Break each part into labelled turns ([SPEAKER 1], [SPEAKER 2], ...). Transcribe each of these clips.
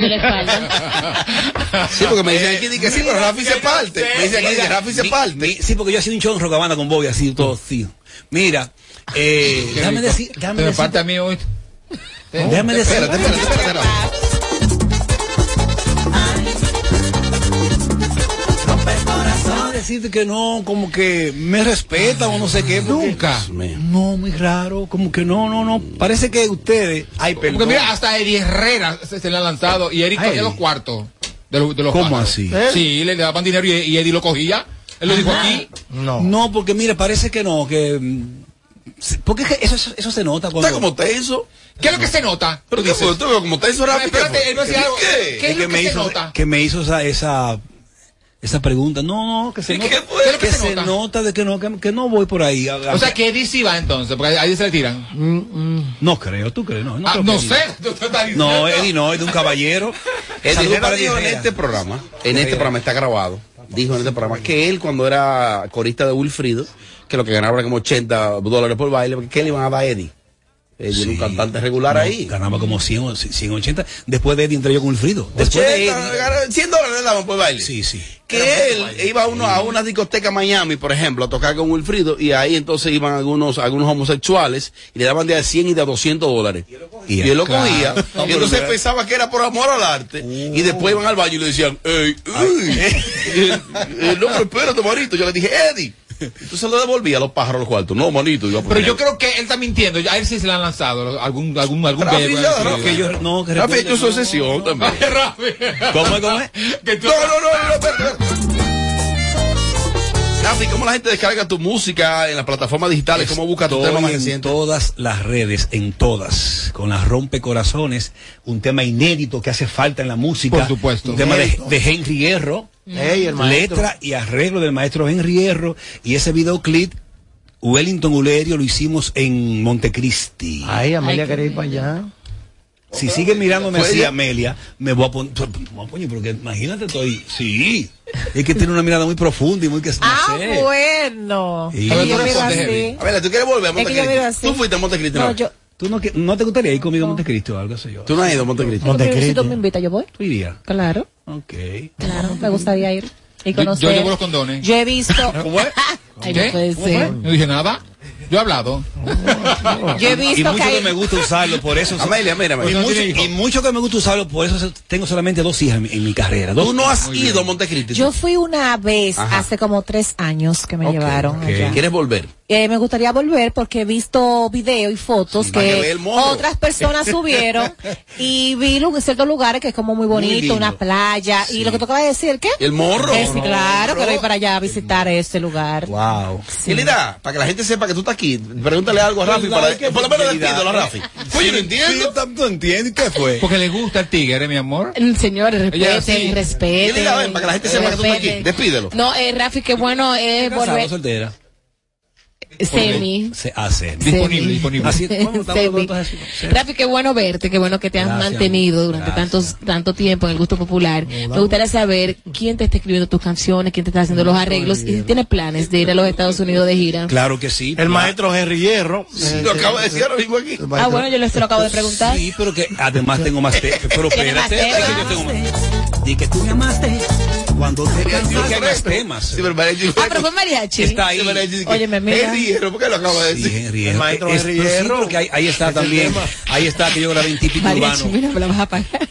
[SPEAKER 1] de la espalda.
[SPEAKER 2] Sí, porque me dicen aquí, que sí, pero Rafi se parte. Me dicen aquí, que Rafi se
[SPEAKER 3] Mi- mi-
[SPEAKER 2] parte. Mm.
[SPEAKER 3] sí, porque yo he sido un chonro cabana con Bobby, así todo, tío. Mira, eh, déjame decir, déjame
[SPEAKER 4] me
[SPEAKER 3] decir,
[SPEAKER 4] falta a mí hoy.
[SPEAKER 3] déjame decir.
[SPEAKER 2] Espérate, espérate, espérate. espérate.
[SPEAKER 3] Ah, decirte que no, como que me respetan o no sé qué. porque-
[SPEAKER 4] Nunca.
[SPEAKER 3] Dios mío. No, muy raro, como que no, no, no. Parece que ustedes. Ay,
[SPEAKER 4] Porque
[SPEAKER 3] perdón.
[SPEAKER 4] mira, hasta Eddie Herrera se, se le ha lanzado y Eric
[SPEAKER 3] Ay.
[SPEAKER 4] cogía los cuartos de los, de los
[SPEAKER 3] ¿Cómo
[SPEAKER 4] pájaros.
[SPEAKER 3] así?
[SPEAKER 4] Sí, le, le daban dinero y, y Eddie lo cogía. Él lo dijo aquí.
[SPEAKER 5] No.
[SPEAKER 3] No, porque mire, parece que no, que. mm, sí, Porque es que eso, eso, eso se nota cuando.
[SPEAKER 2] Está como tenso.
[SPEAKER 4] ¿Qué es lo que se nota?
[SPEAKER 2] Pero
[SPEAKER 4] Tú dices,
[SPEAKER 2] tú veo como tenso,
[SPEAKER 4] Pero
[SPEAKER 2] Rafi.
[SPEAKER 4] espérate,
[SPEAKER 2] ¿Qué
[SPEAKER 4] él va a decir
[SPEAKER 2] fue?
[SPEAKER 4] algo.
[SPEAKER 2] ¿Qué?
[SPEAKER 4] ¿Qué es lo que
[SPEAKER 3] me
[SPEAKER 4] se
[SPEAKER 3] hizo,
[SPEAKER 4] nota?
[SPEAKER 3] que me hizo esa, esa, esa pregunta. No, no, que se
[SPEAKER 2] ¿Y
[SPEAKER 3] nota.
[SPEAKER 2] qué fue? ¿Qué es
[SPEAKER 4] lo que
[SPEAKER 3] que
[SPEAKER 4] se
[SPEAKER 3] se
[SPEAKER 4] nota?
[SPEAKER 3] nota de que no, que, que no voy por ahí. A- a-
[SPEAKER 4] O sea, que Eddie sí va entonces, porque ahí se le tiran.
[SPEAKER 3] no creo, tú crees, no. No,
[SPEAKER 4] Ah,
[SPEAKER 3] creo
[SPEAKER 4] no
[SPEAKER 3] que-
[SPEAKER 4] sé. tú estás diciendo.
[SPEAKER 3] No, Eddie no, es de un caballero.
[SPEAKER 2] El
[SPEAKER 3] Saludo
[SPEAKER 2] Herrera
[SPEAKER 3] para Eddie
[SPEAKER 2] dijo en
[SPEAKER 3] Herrera.
[SPEAKER 2] este programa, en este programa está grabado, dijo en este programa que él cuando era corista de Wilfrido, que lo que ganaba era como 80 dólares por baile, porque ¿qué le iban a dar a Eddie? Eddie era un
[SPEAKER 3] Sí.
[SPEAKER 2] cantante regular
[SPEAKER 3] No,
[SPEAKER 2] ahí.
[SPEAKER 3] Ganaba como 100, o 180. Después de Eddie entré yo con Wilfrido. Después de
[SPEAKER 2] 80,
[SPEAKER 3] Eddie.
[SPEAKER 2] gana- 100 dólares le daban por baile.
[SPEAKER 3] Sí, sí.
[SPEAKER 2] que él iba a, uno, a una discoteca Miami, por ejemplo, a tocar con Wilfrido, y ahí entonces iban algunos algunos homosexuales y le daban de a 100 y de a 200 dólares. Y él lo
[SPEAKER 3] Claro.
[SPEAKER 2] cogía, y entonces pensaba que era por amor al arte, y después iban al baño y le decían, ¡Ey, uy! Y él, eh, no, pero espérate, manito. Yo le dije, Eddie. Entonces lo devolvía a los pájaros los cuartos. No, manito. Yo,
[SPEAKER 4] Pero yo creo que él está mintiendo. A él sí se le han lanzado lo- algún algún algún
[SPEAKER 2] Rafi,
[SPEAKER 4] bebé,
[SPEAKER 2] ya,
[SPEAKER 4] sí.
[SPEAKER 2] Rafi,
[SPEAKER 3] Que yo, no, que
[SPEAKER 2] Rafi ha
[SPEAKER 3] recuerde,
[SPEAKER 2] hecho su
[SPEAKER 3] no.
[SPEAKER 2] sesión también.
[SPEAKER 4] Ay, Rafi.
[SPEAKER 3] ¿Cómo es, cómo es?
[SPEAKER 4] Que tú-
[SPEAKER 2] No, no, no, no, espera, espera. Rafi, ¿cómo la gente descarga tu música en las plataformas digitales? ¿Cómo busca tu
[SPEAKER 3] Estoy
[SPEAKER 2] tema más
[SPEAKER 3] en
[SPEAKER 2] reciente?
[SPEAKER 3] todas las redes, en todas, con las rompecorazones, un tema inédito que hace falta en la música.
[SPEAKER 4] Por supuesto.
[SPEAKER 3] Un tema de,
[SPEAKER 5] Inédito.
[SPEAKER 3] de Henry Hierro,
[SPEAKER 5] Ey, el maestro.
[SPEAKER 3] letra y arreglo del maestro Henry Hierro, y ese videoclip, Wellington Ulerio, lo hicimos en Montecristi.
[SPEAKER 5] Ay, Amelia,
[SPEAKER 1] Ay, qué
[SPEAKER 5] quería ir para allá.
[SPEAKER 3] Si sigue mirándome así,
[SPEAKER 2] ¿Puede?
[SPEAKER 3] Amelia, me voy a poner. me voy a poner, porque imagínate, estoy. Sí. Es que tiene una mirada muy profunda y muy que. no
[SPEAKER 6] Ah,
[SPEAKER 3] sé.
[SPEAKER 6] bueno.
[SPEAKER 3] Y-
[SPEAKER 6] Es que
[SPEAKER 3] Pero
[SPEAKER 6] yo
[SPEAKER 4] tú
[SPEAKER 6] miro
[SPEAKER 4] respondes,
[SPEAKER 6] así.
[SPEAKER 4] Henry.
[SPEAKER 2] A ver, ¿tú quieres volver a
[SPEAKER 6] Es que yo miro
[SPEAKER 2] Montecristo?
[SPEAKER 6] así.
[SPEAKER 2] Tú fuiste a Montecristo.
[SPEAKER 6] No, yo,
[SPEAKER 3] ¿Tú no, que- no te gustaría ir conmigo a Montecristo o algo así? Yo.
[SPEAKER 2] Tú no has ido a Montecristo.
[SPEAKER 5] Monte
[SPEAKER 6] si tú
[SPEAKER 5] Cristo.
[SPEAKER 6] me invitas, yo voy.
[SPEAKER 3] ¿Tú irías?
[SPEAKER 6] Claro,
[SPEAKER 3] Ok.
[SPEAKER 6] claro, me gustaría ir
[SPEAKER 4] Yo-
[SPEAKER 6] y
[SPEAKER 4] yo
[SPEAKER 6] conocer.
[SPEAKER 4] llevo los condones.
[SPEAKER 6] Yo he visto.
[SPEAKER 3] ¿Cómo es?
[SPEAKER 6] Ay, no
[SPEAKER 4] ¿Qué?
[SPEAKER 6] puede ser.
[SPEAKER 4] No dije nada. Yo he hablado.
[SPEAKER 6] Yo he
[SPEAKER 3] Y
[SPEAKER 6] visto que
[SPEAKER 3] mucho que me
[SPEAKER 6] hay.
[SPEAKER 3] gusta usarlo, por eso.
[SPEAKER 2] Amelia, mira,
[SPEAKER 3] y,
[SPEAKER 2] Amelia.
[SPEAKER 3] mucho, y mucho que me gusta usarlo, por eso se- tengo solamente dos hijas en, mi- en mi carrera. Dos.
[SPEAKER 2] Tú no has ido a Montecristo.
[SPEAKER 6] Yo fui una vez hace como tres años que me
[SPEAKER 2] Ok,
[SPEAKER 6] llevaron
[SPEAKER 2] ok.
[SPEAKER 6] allá.
[SPEAKER 2] ¿Quieres volver?
[SPEAKER 6] Eh, me gustaría volver porque he visto video y fotos
[SPEAKER 2] Sí, para que vea
[SPEAKER 6] que
[SPEAKER 2] el morro.
[SPEAKER 6] otras personas subieron y vi lu- ciertos lugares que es como muy bonito,
[SPEAKER 2] lindo.
[SPEAKER 6] una playa y lo que tú acabas de decir, ¿qué?
[SPEAKER 2] El morro.
[SPEAKER 6] Eh, sí, claro,
[SPEAKER 2] Morro.
[SPEAKER 6] quiero ir para allá a visitar ese lugar.
[SPEAKER 3] Wow.
[SPEAKER 6] Sí.
[SPEAKER 2] Yelida, para que la gente sepa que tú estás aquí, pregúntale algo a
[SPEAKER 3] Pues
[SPEAKER 2] Rafi. Para, por lo menos despídelo a
[SPEAKER 4] eh,
[SPEAKER 2] Rafi. Pues yo no entiendo.
[SPEAKER 3] tanto entiendo. ¿Y qué fue?
[SPEAKER 4] Porque le gusta el tigre, mi amor.
[SPEAKER 1] El señor,
[SPEAKER 4] Ella
[SPEAKER 1] respeten,
[SPEAKER 4] sí.
[SPEAKER 1] respeten.
[SPEAKER 2] Dile, ven, para que la gente sepa que tú estás aquí.
[SPEAKER 1] respeten.
[SPEAKER 2] Despídelo.
[SPEAKER 1] No, eh, Rafi, qué bueno es
[SPEAKER 3] Casado,
[SPEAKER 1] volver.
[SPEAKER 3] soltera.
[SPEAKER 1] Semi.
[SPEAKER 3] Se ah, hace.
[SPEAKER 1] Sí.
[SPEAKER 4] Disponible, disponible.
[SPEAKER 3] Así ¿cómo estamos
[SPEAKER 1] Semi.
[SPEAKER 3] todos así? Sí.
[SPEAKER 1] Rafi, qué bueno verte, qué bueno que te has
[SPEAKER 3] Gracias,
[SPEAKER 1] mantenido
[SPEAKER 3] amor.
[SPEAKER 1] durante
[SPEAKER 3] Gracias.
[SPEAKER 1] tantos, tanto tiempo en el gusto popular. Me gustaría saber quién te está escribiendo tus canciones, quién te está haciendo los arreglos y si tienes planes de ir a los Estados Unidos de gira.
[SPEAKER 3] Claro que sí.
[SPEAKER 5] El maestro Henry Hierro.
[SPEAKER 2] Sí, Lo acabo de decir ahora mismo aquí.
[SPEAKER 6] Ah, bueno, yo les se lo acabo de preguntar.
[SPEAKER 3] Sí, pero que además tengo más te Pero
[SPEAKER 6] Tiene más
[SPEAKER 3] espérate,
[SPEAKER 6] temas.
[SPEAKER 3] que yo tengo más. Di que tú me amaste cuando te cansaste. que más temas.
[SPEAKER 2] Sí, pero para ellos-
[SPEAKER 6] Ah, pero fue mariachi.
[SPEAKER 3] Está ahí.
[SPEAKER 2] Sí, para ellos, que-
[SPEAKER 6] Oye, mi amiga.
[SPEAKER 2] Henry Hierro, ¿por qué lo acabo de
[SPEAKER 3] Sí,
[SPEAKER 2] decir?
[SPEAKER 3] Henry
[SPEAKER 5] El
[SPEAKER 3] Hierro.
[SPEAKER 5] maestro
[SPEAKER 3] Es-
[SPEAKER 5] Henry
[SPEAKER 3] pero sí,
[SPEAKER 5] Hierro.
[SPEAKER 3] porque ahí, ahí está también. Ahí está que yo grabé en típico
[SPEAKER 1] Mariachi,
[SPEAKER 3] urbano.
[SPEAKER 1] mira, me la vas a pagar.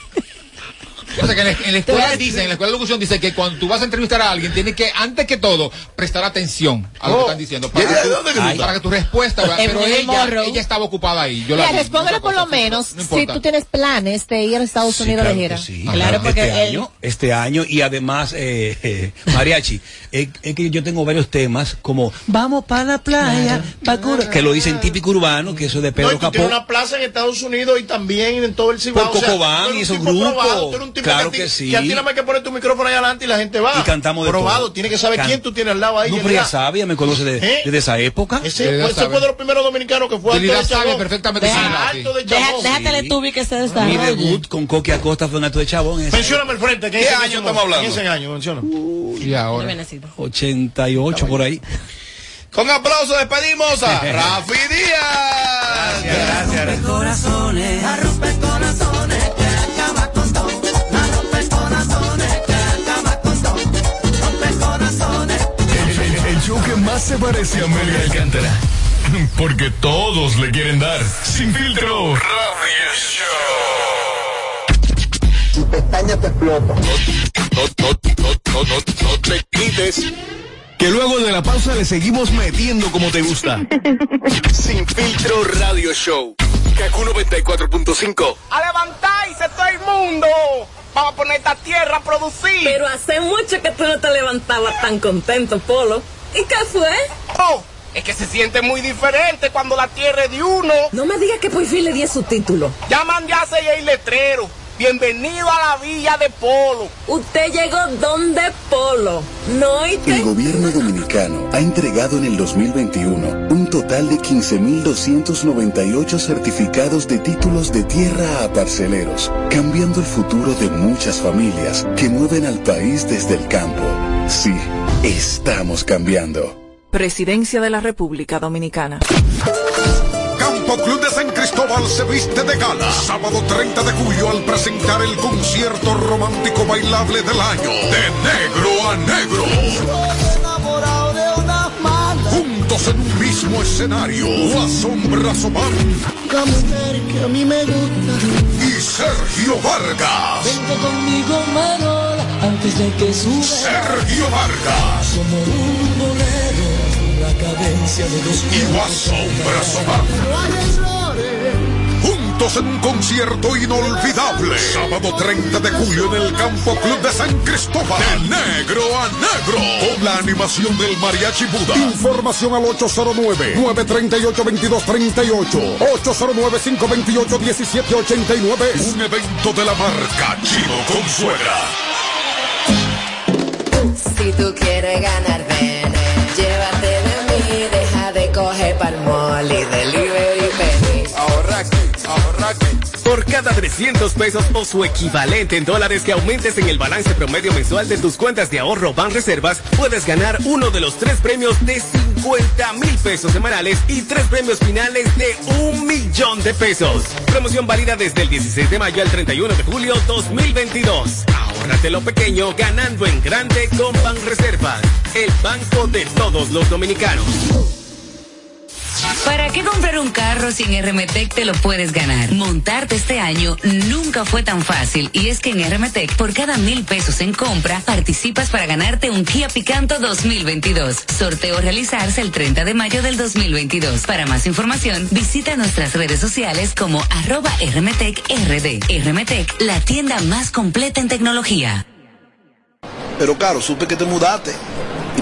[SPEAKER 4] O sea que en la, en la escuela dicen, en la escuela de locución dice que cuando tú vas a entrevistar a alguien, tienes que, antes que todo, prestar atención a lo
[SPEAKER 3] Oh.
[SPEAKER 4] que están diciendo. Para,
[SPEAKER 2] ¿de
[SPEAKER 4] que,
[SPEAKER 2] dónde que tú
[SPEAKER 4] para
[SPEAKER 2] estás?
[SPEAKER 4] que tu respuesta, ¿verdad?
[SPEAKER 6] En
[SPEAKER 4] pero
[SPEAKER 6] el
[SPEAKER 4] ella,
[SPEAKER 6] morro.
[SPEAKER 4] ella estaba ocupada ahí. Yo
[SPEAKER 6] Mira,
[SPEAKER 4] vi,
[SPEAKER 6] respóndelo
[SPEAKER 4] otra
[SPEAKER 6] por
[SPEAKER 4] cosa,
[SPEAKER 6] lo menos
[SPEAKER 4] no
[SPEAKER 6] si
[SPEAKER 4] importa.
[SPEAKER 6] tú tienes planes de ir a Estados
[SPEAKER 3] Sí,
[SPEAKER 6] Unidos
[SPEAKER 3] claro
[SPEAKER 6] de
[SPEAKER 3] que
[SPEAKER 6] gira.
[SPEAKER 3] sí.
[SPEAKER 6] Claro,
[SPEAKER 3] Ajá.
[SPEAKER 6] porque
[SPEAKER 3] este
[SPEAKER 6] él-
[SPEAKER 3] año, este año y además eh, eh, mariachi, es, es que yo tengo varios temas como vamos para la playa, pa' cura", que lo dicen típico urbano, que eso es de
[SPEAKER 5] No, y
[SPEAKER 3] Pedro
[SPEAKER 5] tú
[SPEAKER 3] Capó.
[SPEAKER 5] tienes una plaza en Estados Unidos y también en todo el Cibao.
[SPEAKER 3] Por
[SPEAKER 5] o sea, tú eres
[SPEAKER 3] Cocobán y
[SPEAKER 5] un
[SPEAKER 3] esos
[SPEAKER 5] tipo
[SPEAKER 3] grupos.
[SPEAKER 5] probado, tú eres un tipo
[SPEAKER 3] Claro
[SPEAKER 5] a ti-
[SPEAKER 3] que sí.
[SPEAKER 5] Que a ti nada más que poner tu micrófono ahí adelante y la gente va.
[SPEAKER 3] Y cantamos de
[SPEAKER 5] Probado,
[SPEAKER 3] todo.
[SPEAKER 5] tienes que saber
[SPEAKER 3] Can-
[SPEAKER 5] quién tú tienes al lado ahí.
[SPEAKER 3] No,
[SPEAKER 5] y
[SPEAKER 3] pero ya
[SPEAKER 5] ya.
[SPEAKER 3] sabe, ya me conoce de-
[SPEAKER 5] ¿Eh?
[SPEAKER 3] desde esa época.
[SPEAKER 5] Ese,
[SPEAKER 4] Yelida
[SPEAKER 5] pues, ese
[SPEAKER 4] sabe.
[SPEAKER 5] fue de los primeros dominicanos que fue
[SPEAKER 4] Yelida
[SPEAKER 5] alto de
[SPEAKER 4] sabe
[SPEAKER 5] Chabón.
[SPEAKER 4] perfectamente quién
[SPEAKER 5] Era
[SPEAKER 4] era.
[SPEAKER 5] alto de
[SPEAKER 6] Deja-
[SPEAKER 5] Chabón.
[SPEAKER 6] déjatele
[SPEAKER 3] sí.
[SPEAKER 6] tú vi que se
[SPEAKER 3] Mi
[SPEAKER 6] desarrolle.
[SPEAKER 3] debut con Coqui Acosta fue un acto de chabón. en esa
[SPEAKER 5] Mencióname el frente. ¿Qué,
[SPEAKER 2] ¿Qué
[SPEAKER 5] ese
[SPEAKER 2] año
[SPEAKER 5] mencionó?
[SPEAKER 2] estamos hablando?
[SPEAKER 5] ¿Quién es ese año? Menciona.
[SPEAKER 4] Y ahora.
[SPEAKER 1] Ven así.
[SPEAKER 3] 88 por ahí.
[SPEAKER 2] Con aplausos despedimos a Rafi Díaz.
[SPEAKER 5] Gracias, gracias.
[SPEAKER 7] corazones, arrumpe corazones, que acaba con todo. parece a Amelia Alcántara? Porque todos le quieren dar. Sin filtro. Radio Show. Tu pestaña te explota. No, no, no, no, no, no te quites. Que luego de la pausa le seguimos metiendo como te gusta. Sin filtro Radio Show. Kaku 94.5.
[SPEAKER 8] a levantarse todo el mundo. Vamos a poner esta tierra a producir.
[SPEAKER 9] Pero hace mucho que tú no te levantabas tan contento, Polo. ¿Y qué fue?
[SPEAKER 8] Oh, es que se siente muy diferente cuando la tierra es de uno.
[SPEAKER 9] No me digas que por fin le di su título.
[SPEAKER 8] Ya mandase ahí el letrero. Bienvenido a la villa de Polo.
[SPEAKER 9] Usted llegó donde Polo. No y
[SPEAKER 10] El gobierno dominicano ha entregado en el 2021 un total de 15.298 certificados de títulos de tierra a parceleros, cambiando el futuro de muchas familias que mueven al país desde el campo. Sí, estamos cambiando.
[SPEAKER 9] Presidencia de la República Dominicana.
[SPEAKER 7] Campo Club de San Cristóbal se viste de gala. Sábado 30 de julio al presentar el concierto romántico bailable del año. De negro a negro. Juntos en un mismo escenario. La sombra Sobán
[SPEAKER 11] que a mí me gusta.
[SPEAKER 7] y Sergio Vargas.
[SPEAKER 11] Vente conmigo, Manola, antes de que suba
[SPEAKER 7] Sergio Vargas.
[SPEAKER 11] como un bolero la cadencia de los
[SPEAKER 7] Y la sombra Sobán. Juntos en un concierto inolvidable. Sábado 30 de julio en el Campo Club de San Cristóbal. De negro a negro. Con la animación del Mariachi Buda. Información al 809-938-2238. 809-528-1789. Un evento de la marca Chino Consuegra.
[SPEAKER 9] Si tú quieres ganar, ven, llévate de mí, deja de coger palmol y delivery penny.
[SPEAKER 8] Ahorra aquí, ahorra aquí.
[SPEAKER 11] Por cada 300 pesos o su equivalente en dólares que aumentes en el balance promedio mensual de tus cuentas de ahorro Banreservas, puedes ganar uno de los tres premios de 50 mil pesos semanales y tres premios finales de un millón de pesos. Promoción válida desde el 16 de mayo al 31 de julio 2022. Ahórrate lo pequeño ganando en grande con Banreservas, el banco de todos los dominicanos.
[SPEAKER 9] ¿Para qué comprar un carro si en RMTEC te lo puedes ganar? Montarte este año nunca fue tan fácil y es que en RMTEC por cada mil pesos en compra participas para ganarte un Kia Picanto 2022. Sorteo a realizarse el 30 de mayo del 2022. Para más información visita nuestras redes sociales como arroba RMTEC RD. RMTEC, la tienda más completa en tecnología.
[SPEAKER 10] Pero claro, supe que te mudaste. ¿Y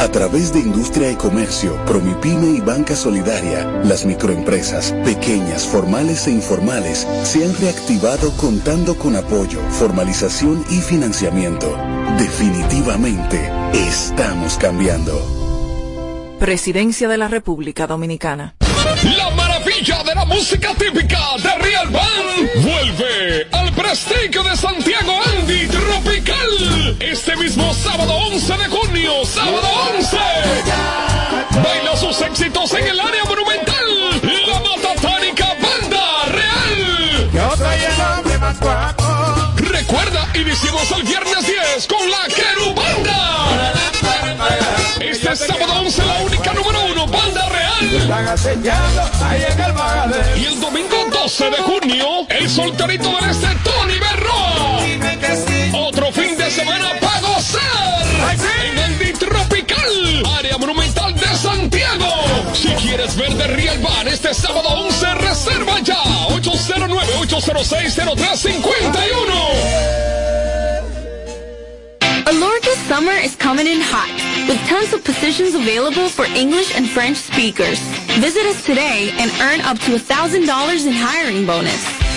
[SPEAKER 10] A través de Industria y Comercio, Promipyme y Banca Solidaria, las microempresas, pequeñas, formales e informales, se han reactivado contando con apoyo, formalización y financiamiento. Definitivamente, estamos cambiando.
[SPEAKER 9] Presidencia de la República Dominicana.
[SPEAKER 7] La maravilla de la música típica de Real Band vuelve al Prestigio de Santiago Andy Tropical este mismo sábado 11 de junio, sábado 11. Baila sus éxitos en el área monumental. La matatánica banda real.
[SPEAKER 5] Yo soy el hombre más guapo.
[SPEAKER 7] Recuerda, iniciamos el viernes 10 con la Querubanda. Este sábado 11 la única número uno, banda real.
[SPEAKER 5] Están acechando ahí en el bagadero.
[SPEAKER 7] Y el domingo 12 de junio, el solterito del este, Tony Berroa.
[SPEAKER 5] Dime que sí.
[SPEAKER 7] Otro fin de semana para gozar.
[SPEAKER 5] ¡Ay, sí!
[SPEAKER 7] En el Tropical, área monumental de Santiago. Si quieres ver de Real Bar este sábado 11, reserva ya. 809-806-0351.
[SPEAKER 9] Alorca's summer is coming in hot, with tons of positions available for English and French speakers. Visit us today and earn up to $1,000 in hiring bonus.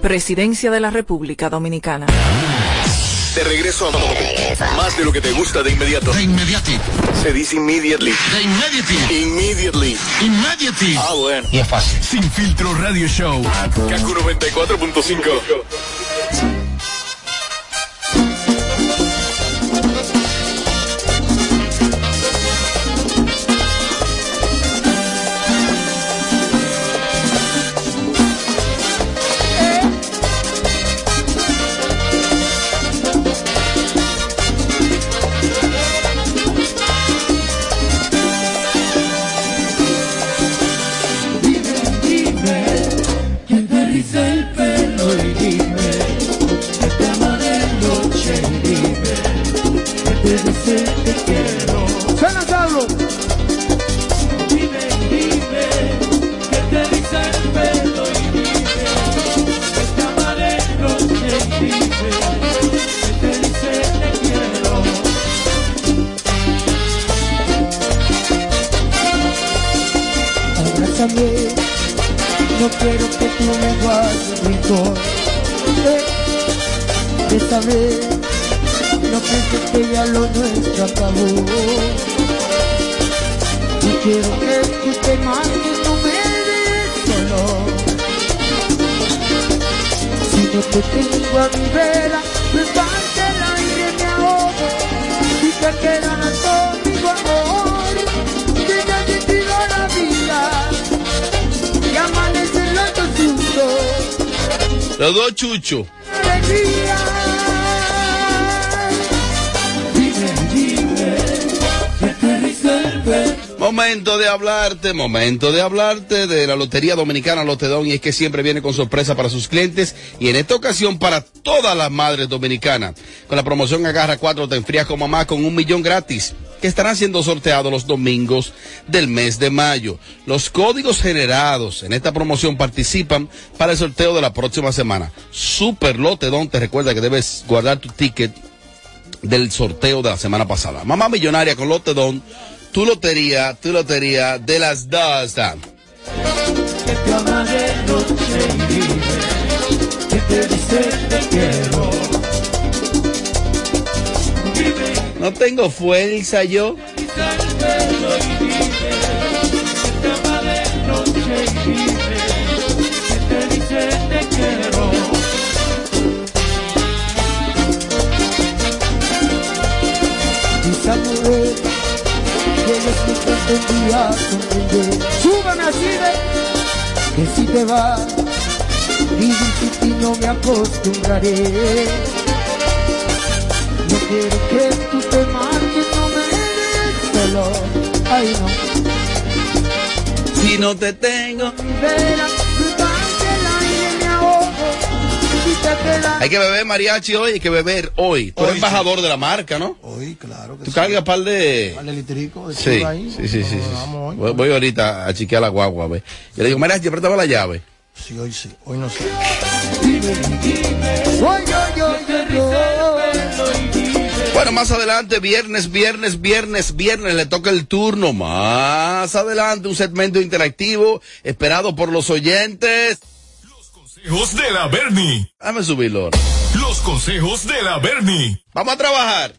[SPEAKER 12] Presidencia de la República Dominicana.
[SPEAKER 13] De regreso a más de lo que te gusta de inmediato. De inmediato. Se dice immediately. De inmediato. Immediately. Immediately. Ah, bueno.
[SPEAKER 14] Y es fácil.
[SPEAKER 13] Sin filtro radio show. Kaku 94.5.
[SPEAKER 5] Y aterriza el perro y dime, que te amo de noche y dime, que te dice te quiero. ¡Suena, Saulo! Dime, dime, que te riza el pelo y dime, que te ama de noche y dime, que te dice te quiero. Abrázame. No quiero que tú me guardes rencor eh, De saber No pienses que ya lo nuestro acabó Y quiero que tú te marches No me dejes solo Si no te tengo a mi vera Me falta el aire, me ahogo Y te quedarás conmigo amor Que ya te tiro la vida y amanecen los dos juntos.
[SPEAKER 2] Los dos chuchos.
[SPEAKER 5] Alegría. Dime, dime, que te riza el pelo.
[SPEAKER 2] Momento de hablarte, momento de hablarte de la Lotería Dominicana Lotedón y es que siempre viene con sorpresa para sus clientes y en esta ocasión para todas las madres dominicanas. Con la promoción Agarra 4 te enfrías con mamá con un millón gratis que estarán siendo sorteados los domingos del mes de mayo. Los códigos generados en esta promoción participan para el sorteo de la próxima semana. Super Lotedón te recuerda que debes guardar tu ticket del sorteo de la semana pasada. Mamá millonaria con Lotedón, tu lotería, tu lotería de las dos.
[SPEAKER 5] te ama de noche y dime que te dice te quiero.
[SPEAKER 2] No tengo fuerza yo.
[SPEAKER 5] Te ama de noche y dime que te dice te quiero. Quizá no ve que los ojos del día sonríen. Súbeme así de que si te vas y sin ti no me acostumbraré. No quiero que tú te marches, no me dejes solo. Ay no,
[SPEAKER 2] Si no te tengo.
[SPEAKER 5] espera, me parte el aire, me ahogo y te quedas.
[SPEAKER 2] Hay que beber mariachi hoy, hay que beber hoy. Tú eres embajador de la marca, ¿no? Hoy, claro. Tú cargas par de...
[SPEAKER 15] Dale litrico, eso
[SPEAKER 2] Sí,
[SPEAKER 15] ahí.
[SPEAKER 2] sí, sí, sí, sí.
[SPEAKER 15] vamos hoy.
[SPEAKER 2] Voy, voy ahorita a chiquear la guagua, ve. Yo le digo, mariachi, préstame la llave.
[SPEAKER 15] Sí, hoy sí, hoy no sé.
[SPEAKER 5] Oy, oy, oy, oy,
[SPEAKER 2] Bueno, más adelante, viernes, viernes, viernes, viernes, le toca el turno. Más adelante, un segmento interactivo esperado por los oyentes.
[SPEAKER 11] Consejos de la Bernie.
[SPEAKER 2] Dame subirlo. ahora.
[SPEAKER 11] Los consejos de la Bernie.
[SPEAKER 2] Vamos a trabajar.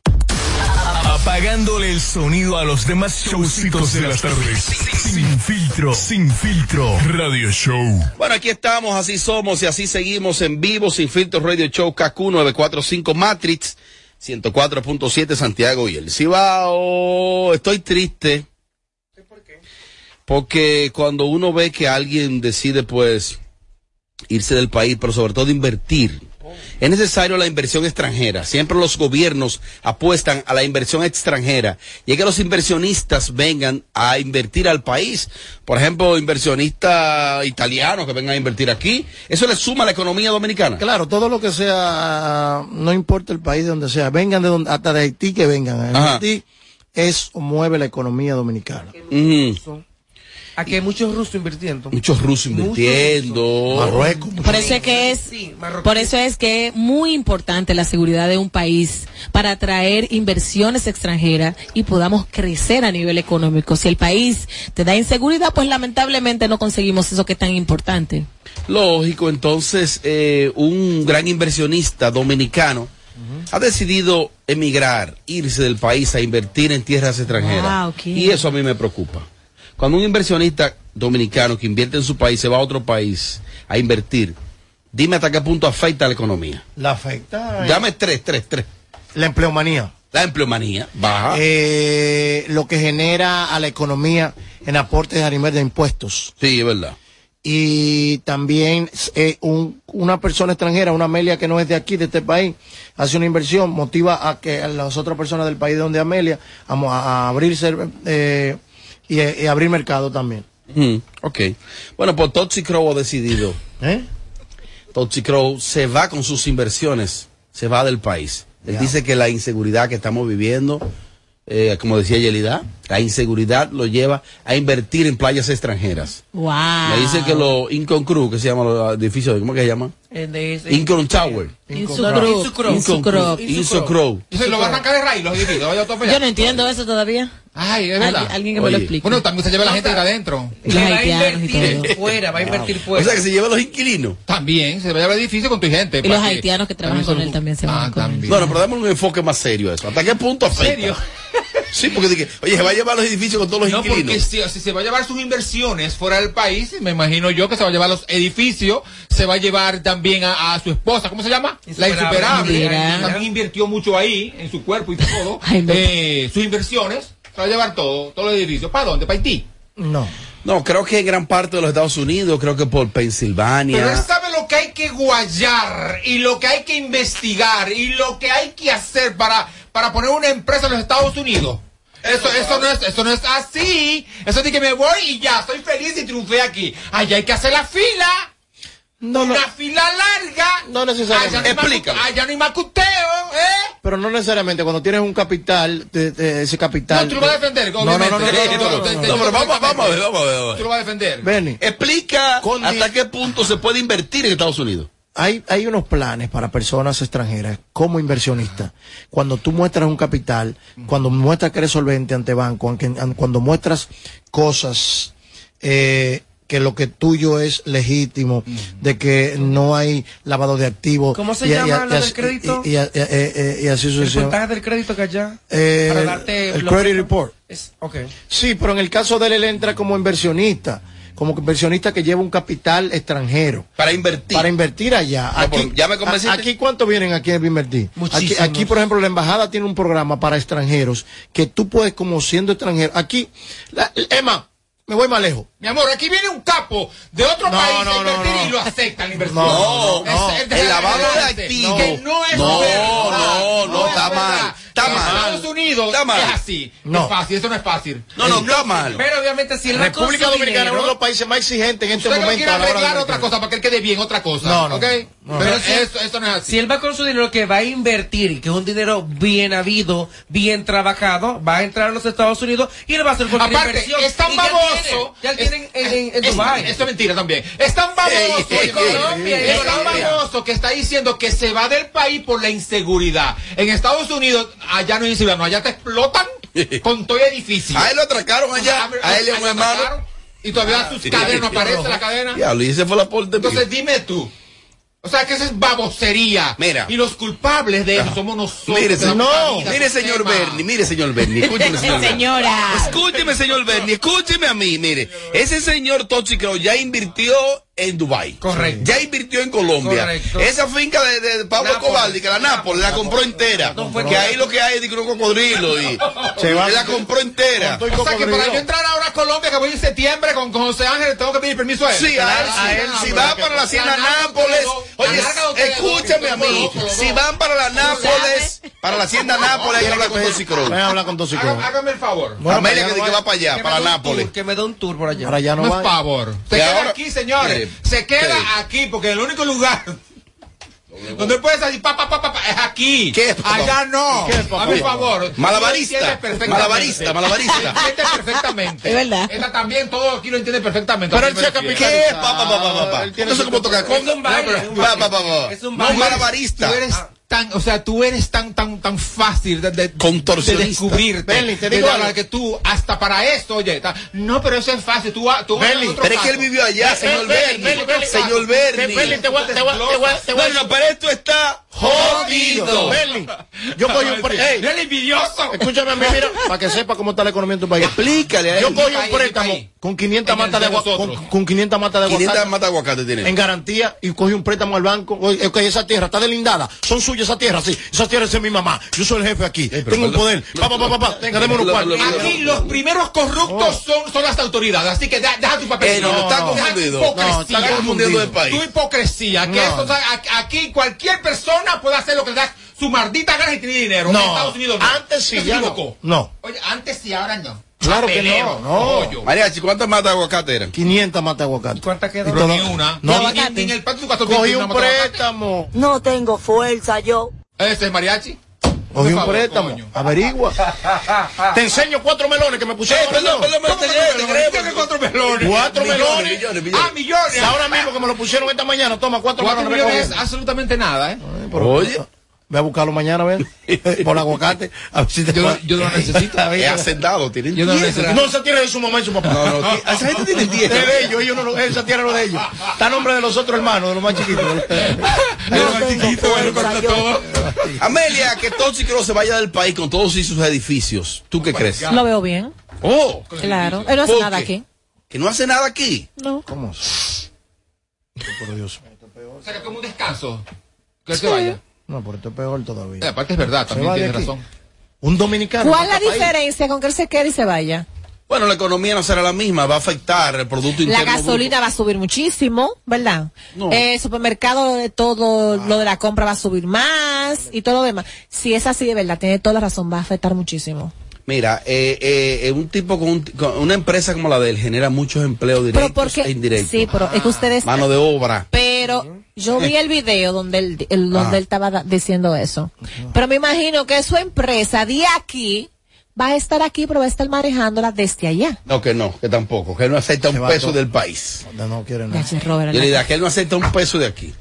[SPEAKER 11] Apagándole el sonido a los demás showcitos de las tardes. Sin filtro, sin filtro. Radio Show.
[SPEAKER 2] Bueno, aquí estamos, así somos y así seguimos en vivo, sin filtro Radio Show KQ 945 Matrix 104.7 Santiago y el Cibao. Estoy triste. Porque cuando uno ve que alguien decide, pues, irse del país, pero sobre todo invertir. Es necesario la inversión extranjera. Siempre los gobiernos apuestan a la inversión extranjera y es que los inversionistas vengan a invertir al país. Por ejemplo, inversionistas italianos que vengan a invertir aquí. Eso le suma a la economía dominicana.
[SPEAKER 14] Claro, todo lo que sea, no importa el país de donde sea, vengan de donde, hasta de Haití que vengan. En
[SPEAKER 2] Ajá.
[SPEAKER 14] Haití es mueve la economía dominicana.
[SPEAKER 2] Ujú.
[SPEAKER 16] Aquí hay muchos rusos invirtiendo.
[SPEAKER 2] Muchos rusos invirtiendo.
[SPEAKER 14] Marruecos.
[SPEAKER 1] Por eso es que es, por eso es que es muy importante la seguridad de un país para atraer inversiones extranjeras y podamos crecer a nivel económico. Si el país te da inseguridad, pues lamentablemente no conseguimos eso que es tan importante.
[SPEAKER 2] Lógico, entonces eh, un gran inversionista dominicano ha decidido emigrar, irse del país a invertir en tierras extranjeras.
[SPEAKER 1] Wow, ok.
[SPEAKER 2] Y eso a mí me preocupa. Cuando un inversionista dominicano que invierte en su país se va a otro país a invertir, dime hasta qué punto afecta a la economía.
[SPEAKER 14] La afecta. eh,
[SPEAKER 2] Dame tres, tres, tres.
[SPEAKER 14] La empleomanía.
[SPEAKER 2] La empleomanía baja.
[SPEAKER 14] eh, lo que genera a la economía en aportes a nivel de impuestos.
[SPEAKER 2] Sí, es verdad.
[SPEAKER 14] Y también eh, un- una persona extranjera, una Amelia que no es de aquí, de este país, hace una inversión, motiva a que a las otras personas del país de donde Amelia a, mo- a abrirse eh, y, eh, y abrir mercado también.
[SPEAKER 2] Ujú, ok. Bueno, pues Toxic Crow ha decidido.
[SPEAKER 14] ¿Eh?
[SPEAKER 2] Toxic Crow se va con sus inversiones, se va del país. Él
[SPEAKER 14] Ya.
[SPEAKER 2] dice que la inseguridad que estamos viviendo, eh, como decía Yelida, la inseguridad lo lleva a invertir en playas extranjeras.
[SPEAKER 1] Wow.
[SPEAKER 2] Le dice que los Incon Crew, que se llama los edificios, ¿cómo que se llama? Incon Tower.
[SPEAKER 1] Insucro. Insucro. Insucro.
[SPEAKER 2] Incon Crow.
[SPEAKER 4] Entonces lo va a arrancar de raíz, los edificios. vaya todo para allá.
[SPEAKER 1] Yo no entiendo eso todavía.
[SPEAKER 4] Ay, es verdad.
[SPEAKER 1] Alguien- alguien que me lo
[SPEAKER 4] Oye.
[SPEAKER 1] explique.
[SPEAKER 4] Bueno, también se lleva la gente de adentro.
[SPEAKER 1] Los Le va a haitianos y invertir todo.
[SPEAKER 16] fuera, va a invertir
[SPEAKER 4] fuera.
[SPEAKER 2] Ah, O sea, que se lleva a los inquilinos.
[SPEAKER 4] También, se va a llevar el edificio con tu gente.
[SPEAKER 1] Y los haitianos que trabajan con él también se
[SPEAKER 4] Ah,
[SPEAKER 1] van con él.
[SPEAKER 2] Bueno, pero dame un enfoque más serio a eso. ¿Hasta qué punto afecta?
[SPEAKER 4] serio?
[SPEAKER 2] Sí, porque dije, oye, se va a llevar los edificios con todos los
[SPEAKER 4] No, porque
[SPEAKER 2] inquilinos.
[SPEAKER 4] si, si se va a llevar sus inversiones fuera del país, me imagino yo que se va a llevar los edificios, se va a llevar también a, a su esposa, ¿cómo se llama? La
[SPEAKER 16] Insuperable.
[SPEAKER 4] insuperable.
[SPEAKER 16] Mira.
[SPEAKER 4] También invirtió mucho ahí, en su cuerpo y todo. Eh, sus inversiones, se va a llevar todo, todos los edificios. ¿Para dónde? ¿Para Haití?
[SPEAKER 14] No.
[SPEAKER 2] No, creo que en gran parte de los Estados Unidos, creo que por
[SPEAKER 4] Pero él
[SPEAKER 2] Pensilvania.
[SPEAKER 4] sabe lo que hay que guayar y lo que hay que investigar y lo que hay que hacer para, para poner una empresa en los Estados Unidos. Eso, eso, no es, eso no es así. Eso de que me voy y ya, estoy feliz y triunfé aquí. Allá hay que hacer la fila.
[SPEAKER 14] No, no.
[SPEAKER 4] Una fila larga.
[SPEAKER 14] No necesariamente.
[SPEAKER 4] Allá no hay macu-
[SPEAKER 14] Explícalo.
[SPEAKER 4] Allá no hay macuteo, ¿eh?
[SPEAKER 14] Pero no necesariamente, cuando tienes un capital, te- te- ese capital... eh,
[SPEAKER 4] No, tú lo vas a defender,
[SPEAKER 14] No, no, no, no, no,
[SPEAKER 4] obviamente.
[SPEAKER 14] no, no,
[SPEAKER 4] Te- te-
[SPEAKER 14] no, no.
[SPEAKER 4] te-
[SPEAKER 2] vamos, vamos a ver, vamos a ver, vamos
[SPEAKER 4] Tú
[SPEAKER 2] a ver.
[SPEAKER 4] lo vas a defender.
[SPEAKER 14] Benny.
[SPEAKER 2] Explica hasta qué punto se puede invertir en Estados Unidos.
[SPEAKER 14] hay, hay unos planes para personas extranjeras como inversionistas. Cuando tú muestras un capital, cuando muestras que eres solvente ante banco, aunque- an- cuando muestras cosas eh, que lo que tuyo es legítimo, de que no hay lavado de activos.
[SPEAKER 16] ¿Cómo se
[SPEAKER 14] y- y-
[SPEAKER 16] llama
[SPEAKER 14] y-
[SPEAKER 16] lo del
[SPEAKER 14] y-
[SPEAKER 16] crédito?
[SPEAKER 14] Y, y- y- y- y- y así
[SPEAKER 16] El
[SPEAKER 14] sucesivamente.
[SPEAKER 16] portaje del crédito que allá.
[SPEAKER 14] Eh,
[SPEAKER 16] para
[SPEAKER 14] el-
[SPEAKER 16] darte
[SPEAKER 14] el
[SPEAKER 16] lo-
[SPEAKER 14] credit report.
[SPEAKER 16] Es, ok.
[SPEAKER 14] Sí, pero en el caso de él, él entra como inversionista, como inversionista que lleva un capital extranjero.
[SPEAKER 2] Para invertir.
[SPEAKER 14] Para invertir allá.
[SPEAKER 2] Ah,
[SPEAKER 14] Aquí,
[SPEAKER 2] pues, ya me convenciste.
[SPEAKER 14] a- aquí cuántos vienen aquí a invertir. Aquí,
[SPEAKER 2] Muchísimos.
[SPEAKER 14] aquí, por ejemplo, la embajada tiene un programa para extranjeros que tú puedes, como siendo extranjero, aquí, la- Emma, me voy más lejos.
[SPEAKER 4] Mi amor, aquí viene un capo de otro
[SPEAKER 14] No,
[SPEAKER 4] país
[SPEAKER 14] no,
[SPEAKER 4] a
[SPEAKER 14] no,
[SPEAKER 4] invertir
[SPEAKER 14] no.
[SPEAKER 4] y lo aceptan la inversión.
[SPEAKER 2] No, no,
[SPEAKER 4] Es- es
[SPEAKER 2] el lavado de
[SPEAKER 4] desagradable,
[SPEAKER 2] activos.
[SPEAKER 4] Que no es
[SPEAKER 2] No,
[SPEAKER 4] verdad,
[SPEAKER 2] no, no,
[SPEAKER 4] es
[SPEAKER 2] está
[SPEAKER 4] verdad.
[SPEAKER 2] mal, está
[SPEAKER 4] En
[SPEAKER 2] mal.
[SPEAKER 4] Estados Unidos
[SPEAKER 2] Está mal.
[SPEAKER 4] es así. No.
[SPEAKER 2] No.
[SPEAKER 4] Es fácil, eso no es fácil.
[SPEAKER 2] No, no, está mal.
[SPEAKER 16] Pero obviamente si él
[SPEAKER 14] República
[SPEAKER 16] recoge su
[SPEAKER 14] Dominicana es
[SPEAKER 16] dinero-
[SPEAKER 14] uno de los países más exigentes en este
[SPEAKER 4] Usted no
[SPEAKER 14] momento.
[SPEAKER 4] quiere
[SPEAKER 14] a la hora de
[SPEAKER 4] arreglar
[SPEAKER 14] invertir.
[SPEAKER 4] otra cosa para que él quede bien, otra cosa.
[SPEAKER 14] No, no,
[SPEAKER 4] ¿Ok?
[SPEAKER 14] no.
[SPEAKER 4] Pero
[SPEAKER 16] Pero si-
[SPEAKER 4] eso, eso no es así.
[SPEAKER 16] Si él va con su dinero que va a invertir, que es un dinero bien habido, bien trabajado, va a entrar a los Estados Unidos y él va a hacer cualquier
[SPEAKER 4] Aparte,
[SPEAKER 16] inversión.
[SPEAKER 4] es tan
[SPEAKER 16] Y ya él
[SPEAKER 4] baboso.
[SPEAKER 16] tiene- Ya él tienen en, en, en
[SPEAKER 4] Es-
[SPEAKER 16] Dubái.
[SPEAKER 4] Esto es mentira también. Es tan baboso.
[SPEAKER 16] Ey,
[SPEAKER 4] en Colombia,
[SPEAKER 16] ey,
[SPEAKER 4] es
[SPEAKER 16] ey,
[SPEAKER 4] tan
[SPEAKER 16] ey.
[SPEAKER 4] baboso que está diciendo que se va del país por la inseguridad. En Estados Unidos, allá no hay inseguridad, no, allá te explotan con todo el edificio.
[SPEAKER 2] A él lo atracaron allá, a él y a un
[SPEAKER 4] lo
[SPEAKER 2] hermano.
[SPEAKER 4] atracaron, Y todavía
[SPEAKER 2] Ah,
[SPEAKER 4] sus cadenas no aparecen, la cadena.
[SPEAKER 2] Ya, lo hice fue la por de
[SPEAKER 4] Entonces dime tú. O sea, que eso es babosería.
[SPEAKER 2] Mira.
[SPEAKER 4] Y los culpables de eso somos nosotros.
[SPEAKER 2] Mire,
[SPEAKER 4] de la
[SPEAKER 2] señor,
[SPEAKER 4] vida,
[SPEAKER 2] mire,
[SPEAKER 4] del
[SPEAKER 2] señor
[SPEAKER 4] tema.
[SPEAKER 2] Bernie, mire, señor Bernie, escúcheme, señor Bernie.
[SPEAKER 1] Señora.
[SPEAKER 2] Escúcheme, señor Bernie, escúcheme a mí, mire. Ese señor Toxic ya invirtió en Dubai.
[SPEAKER 16] Correcto.
[SPEAKER 2] Ya invirtió en Colombia.
[SPEAKER 16] Correcto.
[SPEAKER 2] Esa finca de, de Pablo
[SPEAKER 16] Nápoles.
[SPEAKER 2] Cobaldi, que la Nápoles, la compró entera. Que ahí lo que hay es de que un cocodrilo y
[SPEAKER 14] Se va-
[SPEAKER 2] él la compró entera.
[SPEAKER 14] Con todo y
[SPEAKER 4] O sea, que
[SPEAKER 14] cocodrilo.
[SPEAKER 4] para yo entrar ahora a Colombia que voy en septiembre con, con José Ángel, tengo que pedir permiso a él. Ah,
[SPEAKER 2] Sí, a él, sí. Si van para la Hacienda Nápoles, oye, escúchame a mí. Si van para la Nápoles, para la Hacienda Nápoles, hay que hablar con Toxicro.
[SPEAKER 14] Ven a hablar con Toxicro.
[SPEAKER 4] Hágame el favor.
[SPEAKER 2] Amelia que dice que va para allá, para Nápoles.
[SPEAKER 16] Que me dé un tour por allá.
[SPEAKER 14] Para allá no
[SPEAKER 4] No es
[SPEAKER 14] va.
[SPEAKER 4] favor. Se
[SPEAKER 14] Y
[SPEAKER 4] queda
[SPEAKER 14] ahora-
[SPEAKER 4] aquí, señores.
[SPEAKER 14] Sí.
[SPEAKER 4] Se queda
[SPEAKER 14] Sí.
[SPEAKER 4] aquí porque el único lugar donde puedes salir pa, pa, pa, pa, pa, es aquí.
[SPEAKER 2] papá?
[SPEAKER 4] Allá no.
[SPEAKER 2] ¿Qué, papá?
[SPEAKER 4] A mi favor.
[SPEAKER 2] Malabarista,
[SPEAKER 4] Tú lo entiendes perfectamente.
[SPEAKER 2] malabarista, malabarista.
[SPEAKER 4] Lo entiendes perfectamente.
[SPEAKER 2] Es verdad.
[SPEAKER 4] Esta también, todo aquí lo entiende perfectamente.
[SPEAKER 2] Pero
[SPEAKER 4] A
[SPEAKER 2] él
[SPEAKER 4] mí me
[SPEAKER 2] checa
[SPEAKER 4] lo
[SPEAKER 2] picante.
[SPEAKER 4] quiere.
[SPEAKER 2] ¿Qué? Pa, pa, pa, pa, pa.
[SPEAKER 4] Él tiene
[SPEAKER 2] Entonces,
[SPEAKER 4] su-
[SPEAKER 2] ¿cómo toca?
[SPEAKER 4] Es un baile.
[SPEAKER 2] No, pero-
[SPEAKER 4] es un baile.
[SPEAKER 2] pa, pa, pa, pa.
[SPEAKER 4] Es un
[SPEAKER 2] No,
[SPEAKER 4] baile.
[SPEAKER 2] malabarista. Ah.
[SPEAKER 4] Tú eres tan, o sea, tú eres tan, tan, tan fácil de, de,
[SPEAKER 2] Contorsionista.
[SPEAKER 4] de descubrirte.
[SPEAKER 2] Benny, te
[SPEAKER 4] de
[SPEAKER 2] digo
[SPEAKER 4] hablar
[SPEAKER 2] algo.
[SPEAKER 4] que tú, hasta para esto, oye, ta- no, pero eso es fácil. Tú, va- tú vas
[SPEAKER 2] Benny,
[SPEAKER 4] a otro
[SPEAKER 2] pero es que él
[SPEAKER 4] paso.
[SPEAKER 2] vivió allá,
[SPEAKER 4] Ve-
[SPEAKER 2] señor
[SPEAKER 4] ve-
[SPEAKER 2] Benny. Señor Benny. Bueno, pero esto está jodido.
[SPEAKER 14] Bernie, yo cogí un préstamo.
[SPEAKER 4] envidioso.
[SPEAKER 14] Escúchame a mí, mira, para que sepa cómo está la economía en tu país.
[SPEAKER 2] Explícale a él.
[SPEAKER 14] Yo cogí
[SPEAKER 2] Ahí,
[SPEAKER 14] un préstamo
[SPEAKER 2] ahí.
[SPEAKER 14] con 500
[SPEAKER 2] En el
[SPEAKER 14] matas de
[SPEAKER 2] de
[SPEAKER 14] agua-
[SPEAKER 2] nosotros.
[SPEAKER 14] con- con 500 matas de aguacate.
[SPEAKER 2] 500 mata aguacate tiene.
[SPEAKER 14] en garantía y cogí un préstamo al banco. Oye, ok, esa tierra está delindada. Son suyas esas tierras, sí. Esas tierras es mi mamá. Yo soy el jefe aquí. Tengo un poder. Pa, pa, pa, pa, pa. Venga, deme unos cuartos.
[SPEAKER 4] Aquí los primeros corruptos son, son las autoridades, así que da- deja tu papel.
[SPEAKER 14] Eh, no, está confundido. No, está confundido el país.
[SPEAKER 4] Tu hipocresía, que
[SPEAKER 14] No.
[SPEAKER 4] esto, o sea, a- aquí cualquier persona puede hacer lo que le da su maldita gana y tiene dinero.
[SPEAKER 14] No.
[SPEAKER 4] En Estados Unidos
[SPEAKER 14] Antes sí,
[SPEAKER 4] Se
[SPEAKER 14] ya no.
[SPEAKER 4] equivocó.
[SPEAKER 14] No.
[SPEAKER 4] Oye, antes sí, ahora no.
[SPEAKER 14] Claro que no,
[SPEAKER 4] Papelero,
[SPEAKER 14] no.
[SPEAKER 4] pollo.
[SPEAKER 2] Mariachi, ¿cuántas matas de aguacate eran?
[SPEAKER 14] 500 matas de aguacate.
[SPEAKER 4] ¿Cuántas
[SPEAKER 14] quedaron? Ni
[SPEAKER 4] una.
[SPEAKER 14] No,
[SPEAKER 4] Ni- ni- ni en el pacto de cuatro
[SPEAKER 14] Cogí
[SPEAKER 4] quintos,
[SPEAKER 14] un
[SPEAKER 4] una mata de aguacate.
[SPEAKER 14] préstamo.
[SPEAKER 17] No tengo fuerza yo.
[SPEAKER 4] Este es mariachi.
[SPEAKER 14] Cogí un
[SPEAKER 4] favor,
[SPEAKER 14] préstamo. Averigua. Te enseño cuatro melones que me pusieron.
[SPEAKER 4] Eh, perdón,
[SPEAKER 14] ¿no?
[SPEAKER 4] perdón,
[SPEAKER 14] ¿Cómo
[SPEAKER 4] te
[SPEAKER 14] que
[SPEAKER 4] creo, te
[SPEAKER 14] melones?
[SPEAKER 4] creo que cuatro melones.
[SPEAKER 14] Cuatro
[SPEAKER 4] Millones,
[SPEAKER 14] melones.
[SPEAKER 4] millones, millones. Ah, millones.
[SPEAKER 14] Ahora mismo que me lo pusieron esta mañana. Toma, cuatro,
[SPEAKER 4] Cuatro
[SPEAKER 14] melones.
[SPEAKER 4] millones es
[SPEAKER 14] recogidos.
[SPEAKER 4] absolutamente nada, ¿eh?
[SPEAKER 14] Oye. Ve a buscarlo mañana, ven. Por el aguacate. A ver si te yo,
[SPEAKER 4] yo no lo necesito.
[SPEAKER 2] Es hacendado, tienen
[SPEAKER 14] Yo no,
[SPEAKER 2] tierra.
[SPEAKER 14] no, esa tierra es de su mamá y su papá.
[SPEAKER 2] No, no, esa gente tiene tierra.
[SPEAKER 14] Es de ellos, ellos no, lo- esa tierra no es de ellos. Está a nombre de los otros hermanos, de los más chiquitos.
[SPEAKER 2] Amelia, que Tóxico se vaya del país con todos y sus edificios. ¿Tú
[SPEAKER 4] Oh
[SPEAKER 2] qué crees?
[SPEAKER 6] Lo veo bien.
[SPEAKER 2] Oh,
[SPEAKER 6] Claro. Él no hace
[SPEAKER 2] ¿Por
[SPEAKER 6] nada
[SPEAKER 2] qué?
[SPEAKER 6] aquí.
[SPEAKER 2] que no hace nada aquí.
[SPEAKER 6] No.
[SPEAKER 14] ¿Cómo? Por Dios.
[SPEAKER 4] O sea, que como un descanso. Que
[SPEAKER 14] Sí.
[SPEAKER 4] se vaya.
[SPEAKER 14] No, pero esto es peor todavía.
[SPEAKER 4] Eh, aparte es verdad,
[SPEAKER 14] Se
[SPEAKER 4] también
[SPEAKER 14] va de
[SPEAKER 4] tienes
[SPEAKER 14] aquí.
[SPEAKER 4] razón.
[SPEAKER 14] Un dominicano.
[SPEAKER 6] ¿Cuál
[SPEAKER 14] en
[SPEAKER 6] la
[SPEAKER 14] otro país.
[SPEAKER 6] diferencia con que él se quede y se vaya?
[SPEAKER 2] Bueno, la economía no será la misma, va a afectar el producto
[SPEAKER 6] La
[SPEAKER 2] interno. bruto.
[SPEAKER 6] gasolina va a subir muchísimo, ¿verdad? El supermercado de todo, lo de la compra va a subir más y todo lo demás. Si es así de verdad, tiene toda la razón, va a afectar muchísimo.
[SPEAKER 2] Mira, eh, eh, eh, un tipo con, un- con una empresa como la de él genera muchos empleos directos
[SPEAKER 6] Pero porque
[SPEAKER 2] e indirectos.
[SPEAKER 6] sí, pues, pero es que ustedes
[SPEAKER 2] Mano de obra.
[SPEAKER 6] pero yo vi el video donde él, el- donde
[SPEAKER 2] Ah.
[SPEAKER 6] él estaba da- diciendo eso. Pero me imagino que su empresa de aquí va a estar aquí, pero va a estar manejándola desde allá.
[SPEAKER 2] No, que no, que tampoco, que él no acepta un
[SPEAKER 14] va
[SPEAKER 2] peso
[SPEAKER 14] todo.
[SPEAKER 2] del país.
[SPEAKER 14] No, no quieren nada.
[SPEAKER 6] Gracias, Robert.
[SPEAKER 2] Yo le diría que él no acepta un peso de aquí.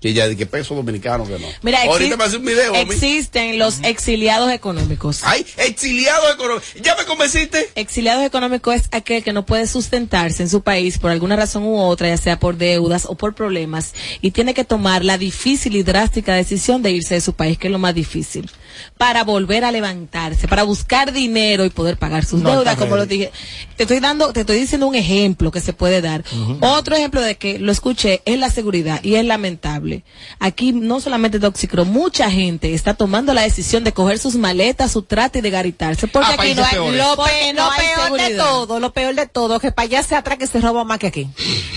[SPEAKER 2] Que ya, de que peso dominicano que no.
[SPEAKER 1] Mira,
[SPEAKER 2] Ahorita
[SPEAKER 1] exi-
[SPEAKER 2] me hace un video, homie.
[SPEAKER 1] existen los exiliados económicos.
[SPEAKER 2] Ay, exiliados económicos. ¿Ya me convenciste?
[SPEAKER 1] Exiliados económicos es aquel que no puede sustentarse en su país por alguna razón u otra, ya sea por deudas o por problemas, y tiene que tomar la difícil y drástica decisión de irse de su país, que es lo más difícil, para volver a levantarse, para buscar dinero y poder pagar sus
[SPEAKER 6] No,
[SPEAKER 1] deudas,
[SPEAKER 6] está
[SPEAKER 1] como lo
[SPEAKER 6] ready.
[SPEAKER 1] dije. Te estoy dando, te estoy diciendo un ejemplo que se puede dar. Otro ejemplo de que lo escuché es la seguridad y es lamentable. Aquí no solamente Doxicro, mucha gente está tomando la decisión de coger sus maletas, su trate y de garitarse, porque
[SPEAKER 6] Ah,
[SPEAKER 1] aquí no
[SPEAKER 6] países
[SPEAKER 1] hay
[SPEAKER 6] peores.
[SPEAKER 1] lo
[SPEAKER 6] Porque
[SPEAKER 1] pe-
[SPEAKER 6] no
[SPEAKER 1] no hay
[SPEAKER 6] peor de
[SPEAKER 1] seguridad.
[SPEAKER 6] todo, lo peor de todo, que para allá se atrae que se roba más que aquí.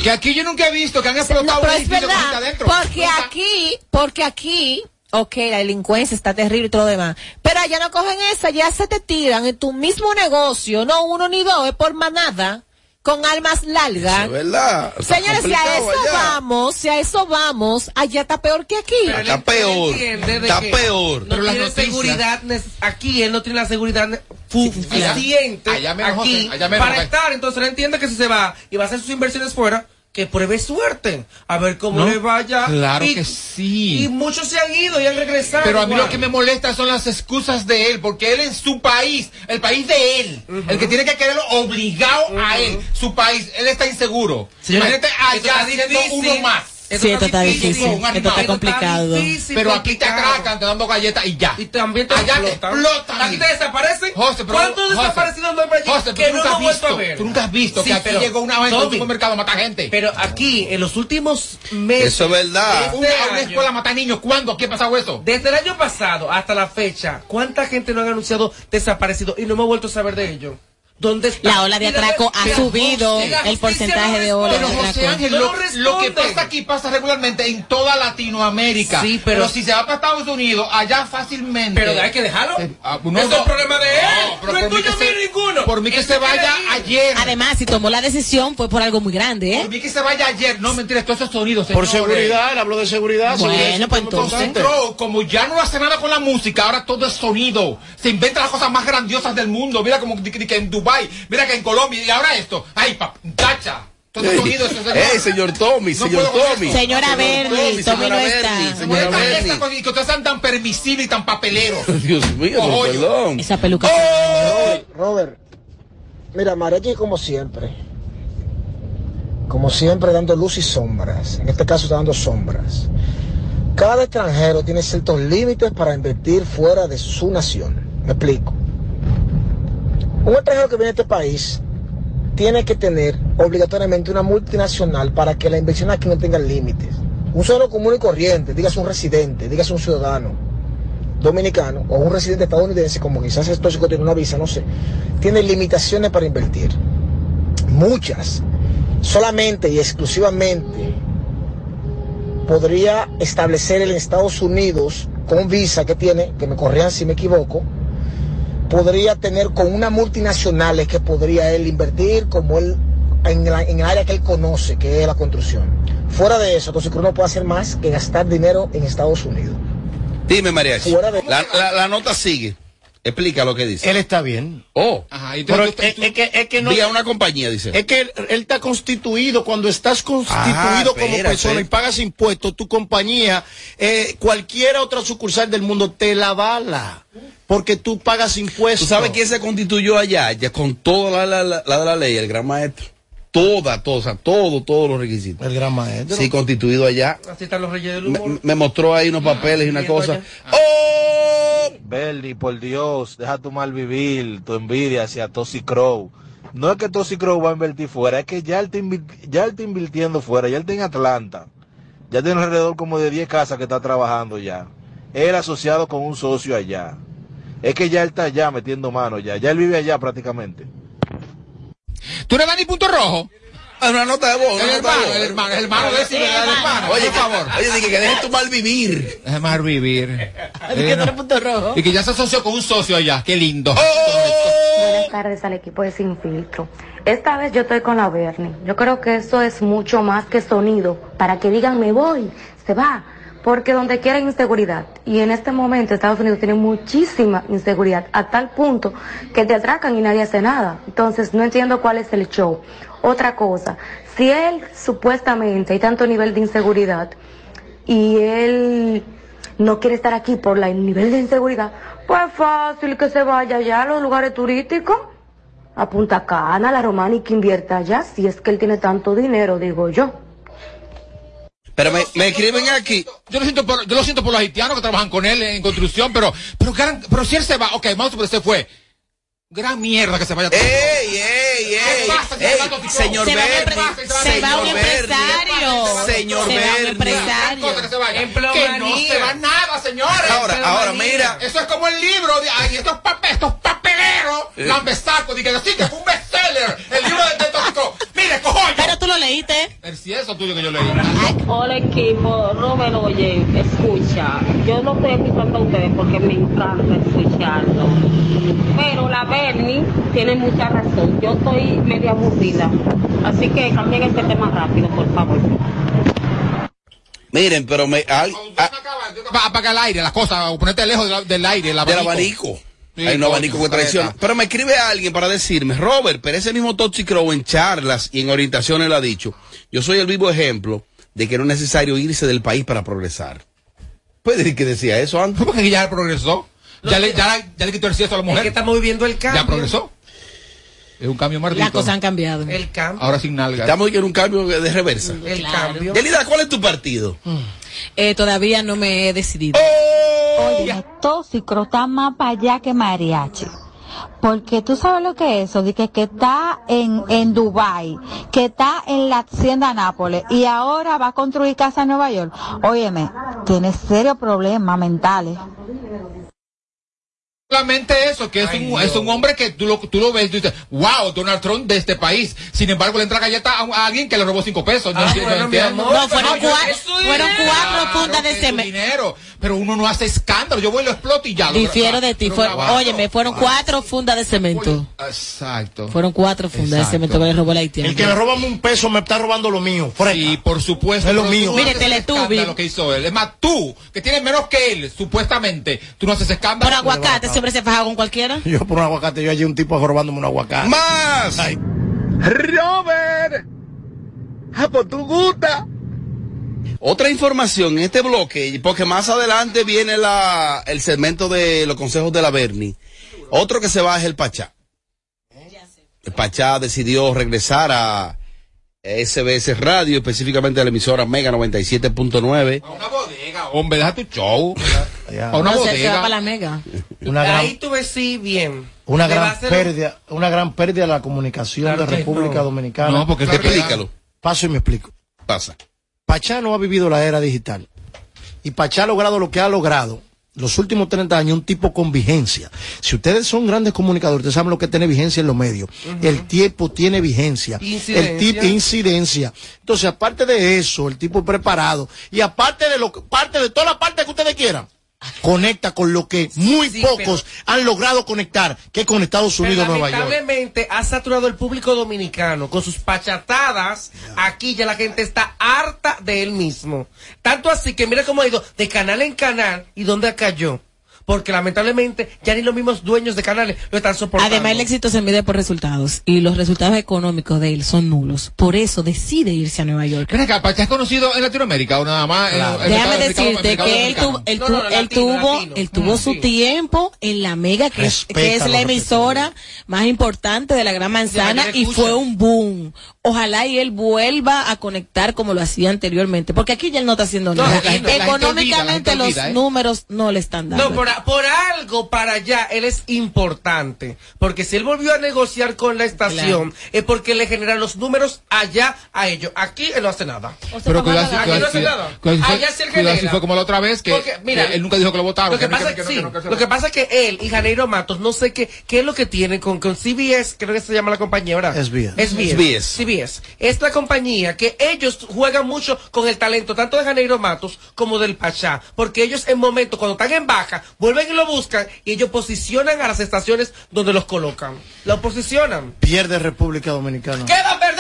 [SPEAKER 4] Que aquí yo nunca he visto que han
[SPEAKER 6] No,
[SPEAKER 4] explotado
[SPEAKER 6] pero
[SPEAKER 4] un
[SPEAKER 6] es
[SPEAKER 4] edificio con gente
[SPEAKER 6] verdad,
[SPEAKER 4] adentro.
[SPEAKER 6] porque
[SPEAKER 4] Nunca.
[SPEAKER 6] aquí, porque aquí, ok, la delincuencia está terrible y todo lo demás, pero allá no cogen esa, ya se te tiran en tu mismo negocio, no uno ni dos, es por manada, con armas largas.
[SPEAKER 2] Es verdad. Está
[SPEAKER 6] Señores, si a
[SPEAKER 2] complicado
[SPEAKER 6] eso
[SPEAKER 2] allá.
[SPEAKER 6] vamos, si a eso vamos, allá está peor que aquí.
[SPEAKER 16] Pero él
[SPEAKER 2] Está peor,
[SPEAKER 16] entiende de
[SPEAKER 2] está
[SPEAKER 16] que
[SPEAKER 2] peor.
[SPEAKER 16] No
[SPEAKER 2] Pero las
[SPEAKER 16] tiene
[SPEAKER 2] noticias-
[SPEAKER 16] seguridad. nes- Aquí él no tiene la seguridad ne- fu-
[SPEAKER 4] Allá-
[SPEAKER 16] suficiente
[SPEAKER 4] allá menos,
[SPEAKER 16] aquí
[SPEAKER 4] José, allá menos,
[SPEAKER 16] para
[SPEAKER 4] José.
[SPEAKER 16] estar. Entonces él entiende que si se va y va a hacer sus inversiones fuera, que pruebe suerte. A ver cómo
[SPEAKER 4] ¿No?
[SPEAKER 16] le vaya.
[SPEAKER 4] Claro
[SPEAKER 16] y,
[SPEAKER 4] que sí.
[SPEAKER 16] Y muchos se han ido y han regresado.
[SPEAKER 4] Pero a mí
[SPEAKER 16] igual.
[SPEAKER 4] lo que me molesta son las excusas de él, porque él en su país, el país de él, el que tiene que quererlo obligado a él, su país, él está inseguro.
[SPEAKER 1] Señores,
[SPEAKER 4] Imagínate
[SPEAKER 16] esto
[SPEAKER 4] allá
[SPEAKER 16] está
[SPEAKER 4] siendo
[SPEAKER 16] difícil.
[SPEAKER 4] uno más.
[SPEAKER 1] Sí, esto está difícil,
[SPEAKER 4] un
[SPEAKER 1] esto está
[SPEAKER 4] animal.
[SPEAKER 1] complicado.
[SPEAKER 4] Pero aquí te
[SPEAKER 16] complicado.
[SPEAKER 4] atracan, te dando galletas y ya.
[SPEAKER 16] Y también te
[SPEAKER 4] allá te
[SPEAKER 16] explotan.
[SPEAKER 4] explotan.
[SPEAKER 16] Aquí te desaparecen.
[SPEAKER 4] José, pero-
[SPEAKER 16] ¿Cuántos
[SPEAKER 4] José,
[SPEAKER 16] desaparecidos no hay por allí
[SPEAKER 4] José, pero
[SPEAKER 16] que
[SPEAKER 4] tú
[SPEAKER 16] no
[SPEAKER 4] nunca
[SPEAKER 16] lo
[SPEAKER 4] has
[SPEAKER 16] he vuelto a
[SPEAKER 4] visto,
[SPEAKER 16] ver?
[SPEAKER 4] tú nunca has visto que aquí
[SPEAKER 16] pero-
[SPEAKER 4] llegó una vez a un
[SPEAKER 16] Tommy,
[SPEAKER 4] supermercado a matar gente.
[SPEAKER 16] Pero aquí, en los últimos meses.
[SPEAKER 2] Eso es verdad.
[SPEAKER 16] de
[SPEAKER 4] Una-
[SPEAKER 16] este
[SPEAKER 4] a una
[SPEAKER 16] año,
[SPEAKER 4] escuela mata niños, ¿cuándo? ¿Qué ha pasado eso?
[SPEAKER 16] Desde el año pasado hasta la fecha, ¿cuánta gente no han anunciado desaparecido y no hemos vuelto a saber de ellos? ¿Dónde está?
[SPEAKER 1] La ola de atraco ha
[SPEAKER 16] Pero
[SPEAKER 1] subido,
[SPEAKER 16] José-
[SPEAKER 1] el porcentaje de ola de
[SPEAKER 4] Pero José
[SPEAKER 1] atraco.
[SPEAKER 4] Ángel, lo, lo que pasa aquí pasa regularmente en toda Latinoamérica.
[SPEAKER 16] Sí, pero-
[SPEAKER 4] si se va para Estados Unidos, allá fácilmente. Ah,
[SPEAKER 16] Pero hay que dejarlo. Eso es problema de él. No es tuyo mío ninguno.
[SPEAKER 4] Por mí que se vaya ayer.
[SPEAKER 1] Además, si tomó la decisión fue por algo muy grande, ¿eh?
[SPEAKER 4] Por mí que se vaya ayer. No, mentira, todos esos sonidos. eh.
[SPEAKER 14] Por
[SPEAKER 4] señores.
[SPEAKER 14] seguridad, él habló de seguridad.
[SPEAKER 4] pues
[SPEAKER 14] seguridad,
[SPEAKER 16] pues
[SPEAKER 14] ¿cómo me
[SPEAKER 4] Concentró, como ya no hace nada con la música, ahora todo es sonido. Se inventan las cosas más grandiosas del mundo. Mira como que, que en Dubai, mira que en Colombia y ahora esto. Ay, pap, tacha. Todo es sonido. eso es hermoso.
[SPEAKER 2] Ey, señor Tommy,
[SPEAKER 4] No
[SPEAKER 2] señor
[SPEAKER 4] puedo con
[SPEAKER 2] Tommy.
[SPEAKER 4] esto.
[SPEAKER 1] Señora
[SPEAKER 2] Señor
[SPEAKER 1] Berni, Tommy
[SPEAKER 2] señora
[SPEAKER 1] no
[SPEAKER 2] Berni,
[SPEAKER 1] está.
[SPEAKER 4] Señora
[SPEAKER 2] Señora
[SPEAKER 4] Berni.
[SPEAKER 2] Berni.
[SPEAKER 4] Esta cosa, y que ustedes sean tan permisivos y tan papeleros.
[SPEAKER 2] Dios mío,
[SPEAKER 4] Ojo, ¡Oh!
[SPEAKER 2] don
[SPEAKER 4] yo-
[SPEAKER 2] perdón.
[SPEAKER 1] Esa peluca.
[SPEAKER 18] Robert, mira, Marechi como siempre. Como siempre dando luz y sombras. En este caso está dando sombras. Cada extranjero tiene ciertos límites para invertir fuera de su nación. Me explico. Un extranjero que viene a este país tiene que tener obligatoriamente una multinacional para que la inversión aquí no tenga límites. Un solo común y corriente, dígase un residente, dígase un ciudadano dominicano o un residente estadounidense, como quizás esto chico tiene una visa, no sé, tiene limitaciones para invertir. Muchas. Solamente y exclusivamente podría establecer en Estados Unidos con visa que tiene, que me corrían si me equivoco, podría tener con una multinacional es que podría él invertir como él en, la- en el área que él conoce, que es la construcción. Fuera de eso, entonces uno no puede hacer más que gastar dinero en Estados Unidos.
[SPEAKER 2] Dime, Mariachi. La, la- la nota sigue. Explica lo que dice.
[SPEAKER 14] Él está bien.
[SPEAKER 2] Oh.
[SPEAKER 14] Pero es, es que, es que no.
[SPEAKER 2] Vi a una compañía, dice.
[SPEAKER 14] Es que él, él está constituido. Cuando estás constituido
[SPEAKER 2] Ah,
[SPEAKER 14] como
[SPEAKER 2] espérate.
[SPEAKER 14] persona y pagas impuestos, tu compañía, eh, cualquiera otra sucursal del mundo te la bala. Porque tú pagas
[SPEAKER 2] ¿Tú
[SPEAKER 14] impuestos.
[SPEAKER 2] sabes quién se constituyó allá? Ya con toda la, la, la- la de la ley, el gran maestro. Toda, toda, o sea, todo, todos los requisitos.
[SPEAKER 14] El gran maestro.
[SPEAKER 2] Sí, constituido allá.
[SPEAKER 16] Así están los reyes del
[SPEAKER 2] Me,
[SPEAKER 16] humor.
[SPEAKER 2] me mostró ahí unos papeles y una cosa.
[SPEAKER 19] Bernie, por Dios, deja tu mal vivir, tu envidia hacia Tosi Crow. No es que Tosi Crow va a invertir fuera, es que ya él, está invi- ya él está invirtiendo fuera, ya él está en Atlanta. Ya tiene alrededor como de 10 casas que está trabajando ya. Él asociado con un socio allá. Es que ya él está allá metiendo mano ya, ya él vive allá prácticamente.
[SPEAKER 4] ¿Tú eres Dani Punto Rojo?
[SPEAKER 2] Ah, Una nota de voz.
[SPEAKER 4] El hermano, el hermano, el hermano de ese, el hermano,
[SPEAKER 2] Oye,
[SPEAKER 4] por favor.
[SPEAKER 2] Oye, dije que dejes tu mal vivir.
[SPEAKER 4] Es más vivir. Eh, no.
[SPEAKER 6] punto rojo.
[SPEAKER 4] Y que ya se asoció con un socio allá. Qué lindo.
[SPEAKER 2] Oh.
[SPEAKER 20] Buenas tardes al equipo de Sin Filtro. Esta vez yo estoy con la Bernie. Yo creo que eso es mucho más que sonido. Para que digan me voy, se va. Porque donde quiera hay inseguridad. Y en este momento Estados Unidos tiene muchísima inseguridad. A tal punto que te atracan y nadie hace nada. Entonces no entiendo cuál es el show. Otra cosa. Si él supuestamente hay tanto nivel de inseguridad y él no quiere estar aquí por la- el nivel de inseguridad, pues fácil que se vaya allá a los lugares turísticos, a Punta Cana, a la Romana y que invierta allá, si es que él tiene tanto dinero, digo yo.
[SPEAKER 2] Pero me, me escriben aquí.
[SPEAKER 4] Yo lo, siento por, yo lo siento por los haitianos que trabajan con él en construcción, pero, pero, gran- pero si él se va, ok, vamos a suponer que se fue. Gran mierda que se
[SPEAKER 2] Eh,
[SPEAKER 4] vaya.
[SPEAKER 2] ¡Ey, ey, ey! Ey, señor
[SPEAKER 4] Se va un
[SPEAKER 2] Bernie,
[SPEAKER 4] empresario, se va un
[SPEAKER 2] señor Bernie,
[SPEAKER 4] empresario,
[SPEAKER 2] señor
[SPEAKER 4] se va un
[SPEAKER 2] Bernie.
[SPEAKER 4] Cosa que se vaya.
[SPEAKER 2] Empleomanía.
[SPEAKER 4] Que no se va nada, señores.
[SPEAKER 2] Ahora, ahora, mira.
[SPEAKER 4] Eso es como el libro de ay, estos, pape- estos papeleros
[SPEAKER 2] Eh.
[SPEAKER 4] lambesacos. Dije, sí, que fue un bestseller. El libro de Tóxico. Mire, cojones. Pero
[SPEAKER 1] tú lo leíste.
[SPEAKER 4] El si eso tuyo que yo leí.
[SPEAKER 21] Hola equipo, Robert, oye, escucha, yo lo estoy escuchando a ustedes porque me encanta escucharlo, pero la Bernie tiene mucha razón, yo estoy media aburrida, así que cambien este tema rápido, por favor.
[SPEAKER 2] Miren, pero me. Hay,
[SPEAKER 4] Va a apagar el aire, las cosas, o ponerte lejos de la- del aire, el
[SPEAKER 2] del
[SPEAKER 4] abanico.
[SPEAKER 2] abanico.
[SPEAKER 4] Sí,
[SPEAKER 2] Hay un
[SPEAKER 4] coño,
[SPEAKER 2] abanico que traiciona.
[SPEAKER 4] careta.
[SPEAKER 2] Pero me escribe alguien para decirme, Robert, pero ese mismo Toxic Crow en charlas y en orientaciones lo ha dicho. Yo soy el vivo ejemplo de que no es necesario irse del país para progresar. Puede decir que decía eso antes.
[SPEAKER 4] Porque ya progresó. Ya le, ya, le- ya le quitó el ciesto a la mujer.
[SPEAKER 16] Es que estamos viviendo el cambio.
[SPEAKER 4] Ya progresó. Es un cambio maldito.
[SPEAKER 1] Las cosas han cambiado.
[SPEAKER 16] El cambio.
[SPEAKER 4] Ahora sin nalgas.
[SPEAKER 2] Estamos en un cambio de reversa.
[SPEAKER 16] El
[SPEAKER 1] cambio.
[SPEAKER 2] Yelida, ¿cuál es tu partido?
[SPEAKER 1] Eh, todavía no me he decidido.
[SPEAKER 4] Oh,
[SPEAKER 22] Oye, tóxico está más para allá que mariachi. Porque tú sabes lo que es eso, de que, que está en, en Dubai, que está en la hacienda Nápoles y ahora va a construir casa en Nueva York. Óyeme, tiene serios problemas mentales.
[SPEAKER 4] Solamente eso, que es, un, es un hombre que tú lo, tú lo ves y tú dices, wow, Donald Trump de este país. Sin embargo, le entra galleta a, un- a alguien que le robó cinco pesos.
[SPEAKER 14] Ah,
[SPEAKER 4] No, entiendo,
[SPEAKER 1] bueno,
[SPEAKER 4] no
[SPEAKER 1] mi
[SPEAKER 4] entiendo.
[SPEAKER 1] amor, No, fueron
[SPEAKER 4] yo-
[SPEAKER 1] cuatro-
[SPEAKER 4] es su
[SPEAKER 1] fueron
[SPEAKER 4] dinero.
[SPEAKER 1] cuatro puntas
[SPEAKER 4] que
[SPEAKER 1] de
[SPEAKER 4] es su
[SPEAKER 1] cemento.
[SPEAKER 4] dinero, pero uno no hace escándalo. Yo voy y lo exploto y ya. lo
[SPEAKER 1] Difiero
[SPEAKER 4] grabo.
[SPEAKER 1] de ti.
[SPEAKER 4] Lo
[SPEAKER 1] Fue,
[SPEAKER 4] grabado.
[SPEAKER 1] oye, me fueron cuatro fundas de cemento.
[SPEAKER 4] Exacto.
[SPEAKER 1] Fueron cuatro fundas
[SPEAKER 14] Exacto.
[SPEAKER 1] de cemento que le robó el haitiano.
[SPEAKER 14] El que me roba un peso me está robando lo mío. Fresca.
[SPEAKER 4] Sí, por supuesto.
[SPEAKER 14] Es lo
[SPEAKER 4] pero
[SPEAKER 14] mío.
[SPEAKER 4] tú no haces escándalo lo que hizo él. Es más, tú, que tienes menos que él, supuestamente, tú no haces escándalo.
[SPEAKER 1] Por aguacate, siempre se faja con cualquiera.
[SPEAKER 14] Yo por un aguacate, yo allí un tipo robándome un aguacate.
[SPEAKER 4] ¡Más!
[SPEAKER 14] ¡Robert!
[SPEAKER 2] Ah, pues tú gusta. Otra información en este bloque, porque más adelante viene la, el segmento de los consejos de la Berni. Otro que se va es el Pachá. El Pachá decidió regresar a SBS Radio, específicamente a la emisora Mega 97.9.
[SPEAKER 4] Hombre, deja tu show.
[SPEAKER 14] A una
[SPEAKER 1] No, se- se
[SPEAKER 14] bodega.
[SPEAKER 1] va para la mega.
[SPEAKER 14] Una gran-
[SPEAKER 16] Ahí tú ves sí bien.
[SPEAKER 14] Una
[SPEAKER 16] Le va a
[SPEAKER 14] gran
[SPEAKER 16] hacer-
[SPEAKER 14] pérdida, una gran pérdida de la comunicación
[SPEAKER 16] Claro
[SPEAKER 14] de
[SPEAKER 16] que
[SPEAKER 14] República
[SPEAKER 16] no.
[SPEAKER 14] Dominicana.
[SPEAKER 16] No, porque Claro te- que no.
[SPEAKER 2] explícalo.
[SPEAKER 14] Paso y me explico.
[SPEAKER 2] Pasa.
[SPEAKER 14] Pachá no ha vivido la era digital. Y Pachá ha logrado lo que ha logrado. Los últimos 30 años, un tipo con vigencia. Si ustedes son grandes comunicadores, ustedes saben lo que tiene vigencia en los medios. El tiempo tiene vigencia. El
[SPEAKER 5] Incidencia.
[SPEAKER 14] tipo incidencia. Entonces, aparte de eso, el tipo es preparado. Y aparte de lo que- parte de toda la parte que ustedes quieran, conecta con lo que muy pocos han logrado conectar, que es con Estados
[SPEAKER 16] Pero
[SPEAKER 14] Unidos, Nueva York.
[SPEAKER 16] lamentablemente ha saturado el público dominicano con sus pachatadas. Aquí ya la gente está harta de él mismo. Tanto así que mira cómo ha ido de canal en canal y dónde cayó. Porque lamentablemente ya ni los mismos dueños de canales lo están soportando.
[SPEAKER 1] Además, el éxito se mide por resultados y los resultados económicos de él son nulos. Por eso decide irse a Nueva York.
[SPEAKER 4] Ven acá, Pachá es conocido en Latinoamérica o nada más. en- en
[SPEAKER 1] Déjame
[SPEAKER 4] mercado- mercado-
[SPEAKER 1] decirte
[SPEAKER 4] mercado
[SPEAKER 1] que él,
[SPEAKER 4] dominicano?
[SPEAKER 1] tuvo- él tu- él tuvo, él tuvo su tiempo en la Mega, que es,
[SPEAKER 4] Respeta
[SPEAKER 1] que es
[SPEAKER 4] lo
[SPEAKER 1] la
[SPEAKER 4] que te
[SPEAKER 1] emisora más importante de la Gran Manzana,
[SPEAKER 16] Ya, ya
[SPEAKER 1] y
[SPEAKER 16] escucha.
[SPEAKER 1] fue un boom. Ojalá y él vuelva a conectar como lo hacía anteriormente, porque aquí ya él no está haciendo
[SPEAKER 16] No,
[SPEAKER 1] nada.
[SPEAKER 16] la gente- la gente
[SPEAKER 1] Económicamente
[SPEAKER 16] olvida, la gente
[SPEAKER 1] los
[SPEAKER 16] olvida, ¿eh?
[SPEAKER 1] números no le están dando.
[SPEAKER 16] No, por, a- por algo para allá él es importante. Porque si él volvió a negociar con la estación, es porque le generan los números allá a ellos. Aquí él no hace nada.
[SPEAKER 4] Pero cuidado,
[SPEAKER 16] Aquí
[SPEAKER 4] si-
[SPEAKER 16] no
[SPEAKER 4] cuidado,
[SPEAKER 16] hace
[SPEAKER 4] cuidado,
[SPEAKER 16] nada.
[SPEAKER 4] cuidado si fue-
[SPEAKER 16] Allá sí él
[SPEAKER 4] cuidado si
[SPEAKER 16] genera.
[SPEAKER 4] fue como la otra vez que,
[SPEAKER 16] Porque, mira,
[SPEAKER 4] que él nunca dijo que lo votaron.
[SPEAKER 16] Lo que,
[SPEAKER 4] no,
[SPEAKER 16] pasa,
[SPEAKER 4] no,
[SPEAKER 16] sí,
[SPEAKER 4] no, no, no,
[SPEAKER 16] lo que pasa es que él y Janeiro Matos, no sé qué, qué es lo que tienen con, con CBS, creo que se llama la compañía ahora.
[SPEAKER 14] SBS.
[SPEAKER 16] SBS.
[SPEAKER 14] SBS.
[SPEAKER 16] CBS. Es la compañía que ellos juegan mucho con el talento, tanto de Janeiro Matos como del Pachá. Porque ellos en momentos, cuando están en baja, vuelven y lo buscan y ellos posicionan a las estaciones donde los colocan. Los posicionan.
[SPEAKER 14] Pierde República Dominicana.
[SPEAKER 16] ¿Qué va a perder?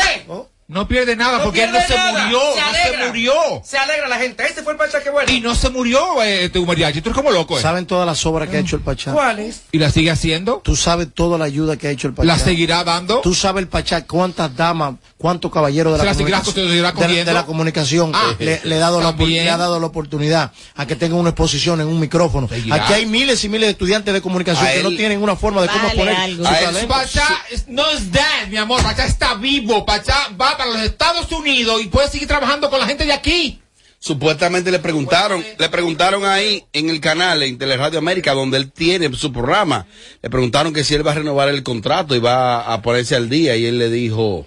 [SPEAKER 4] no pierde nada porque él no
[SPEAKER 16] pierde
[SPEAKER 4] se
[SPEAKER 16] nada.
[SPEAKER 4] murió. no se
[SPEAKER 16] alegra.
[SPEAKER 4] murió.
[SPEAKER 16] Se alegra la gente. Ese fue el Pachá que bueno.
[SPEAKER 4] Y no se murió eh, este mariachi. Tú eres como loco, eh.
[SPEAKER 14] ¿Saben todas las obras que ha hecho el Pachá?
[SPEAKER 16] ¿Cuáles?
[SPEAKER 4] ¿Y la sigue haciendo?
[SPEAKER 14] Tú sabes toda la ayuda que ha hecho el Pachá.
[SPEAKER 4] ¿La seguirá dando?
[SPEAKER 14] Tú sabes el Pachá cuántas damas, cuántos caballeros de
[SPEAKER 4] ¿Se
[SPEAKER 14] la,
[SPEAKER 4] la seguirá-
[SPEAKER 14] comunicación-
[SPEAKER 4] se seguirá
[SPEAKER 14] de la- de,
[SPEAKER 4] cogiendo?
[SPEAKER 14] la comunicación
[SPEAKER 4] Ah,
[SPEAKER 14] le, le ha dado la, opor-
[SPEAKER 4] también.
[SPEAKER 14] le ha dado la oportunidad a que tengan una exposición en un micrófono.
[SPEAKER 4] Seguirá.
[SPEAKER 14] Aquí hay miles y miles de estudiantes de comunicación
[SPEAKER 4] A
[SPEAKER 14] que
[SPEAKER 4] él-
[SPEAKER 14] no tienen una forma de cómo poner su
[SPEAKER 4] A él-
[SPEAKER 14] talento.
[SPEAKER 4] Pachá Ah, es- no es dead, mi amor. Pachá está vivo. Pachá va para los Estados Unidos y puede seguir trabajando con la gente de aquí.
[SPEAKER 2] Supuestamente le preguntaron, le preguntaron ahí en el canal, en Teleradio América, donde él tiene su programa, le preguntaron que si él va a renovar el contrato y va a ponerse al día y él le dijo,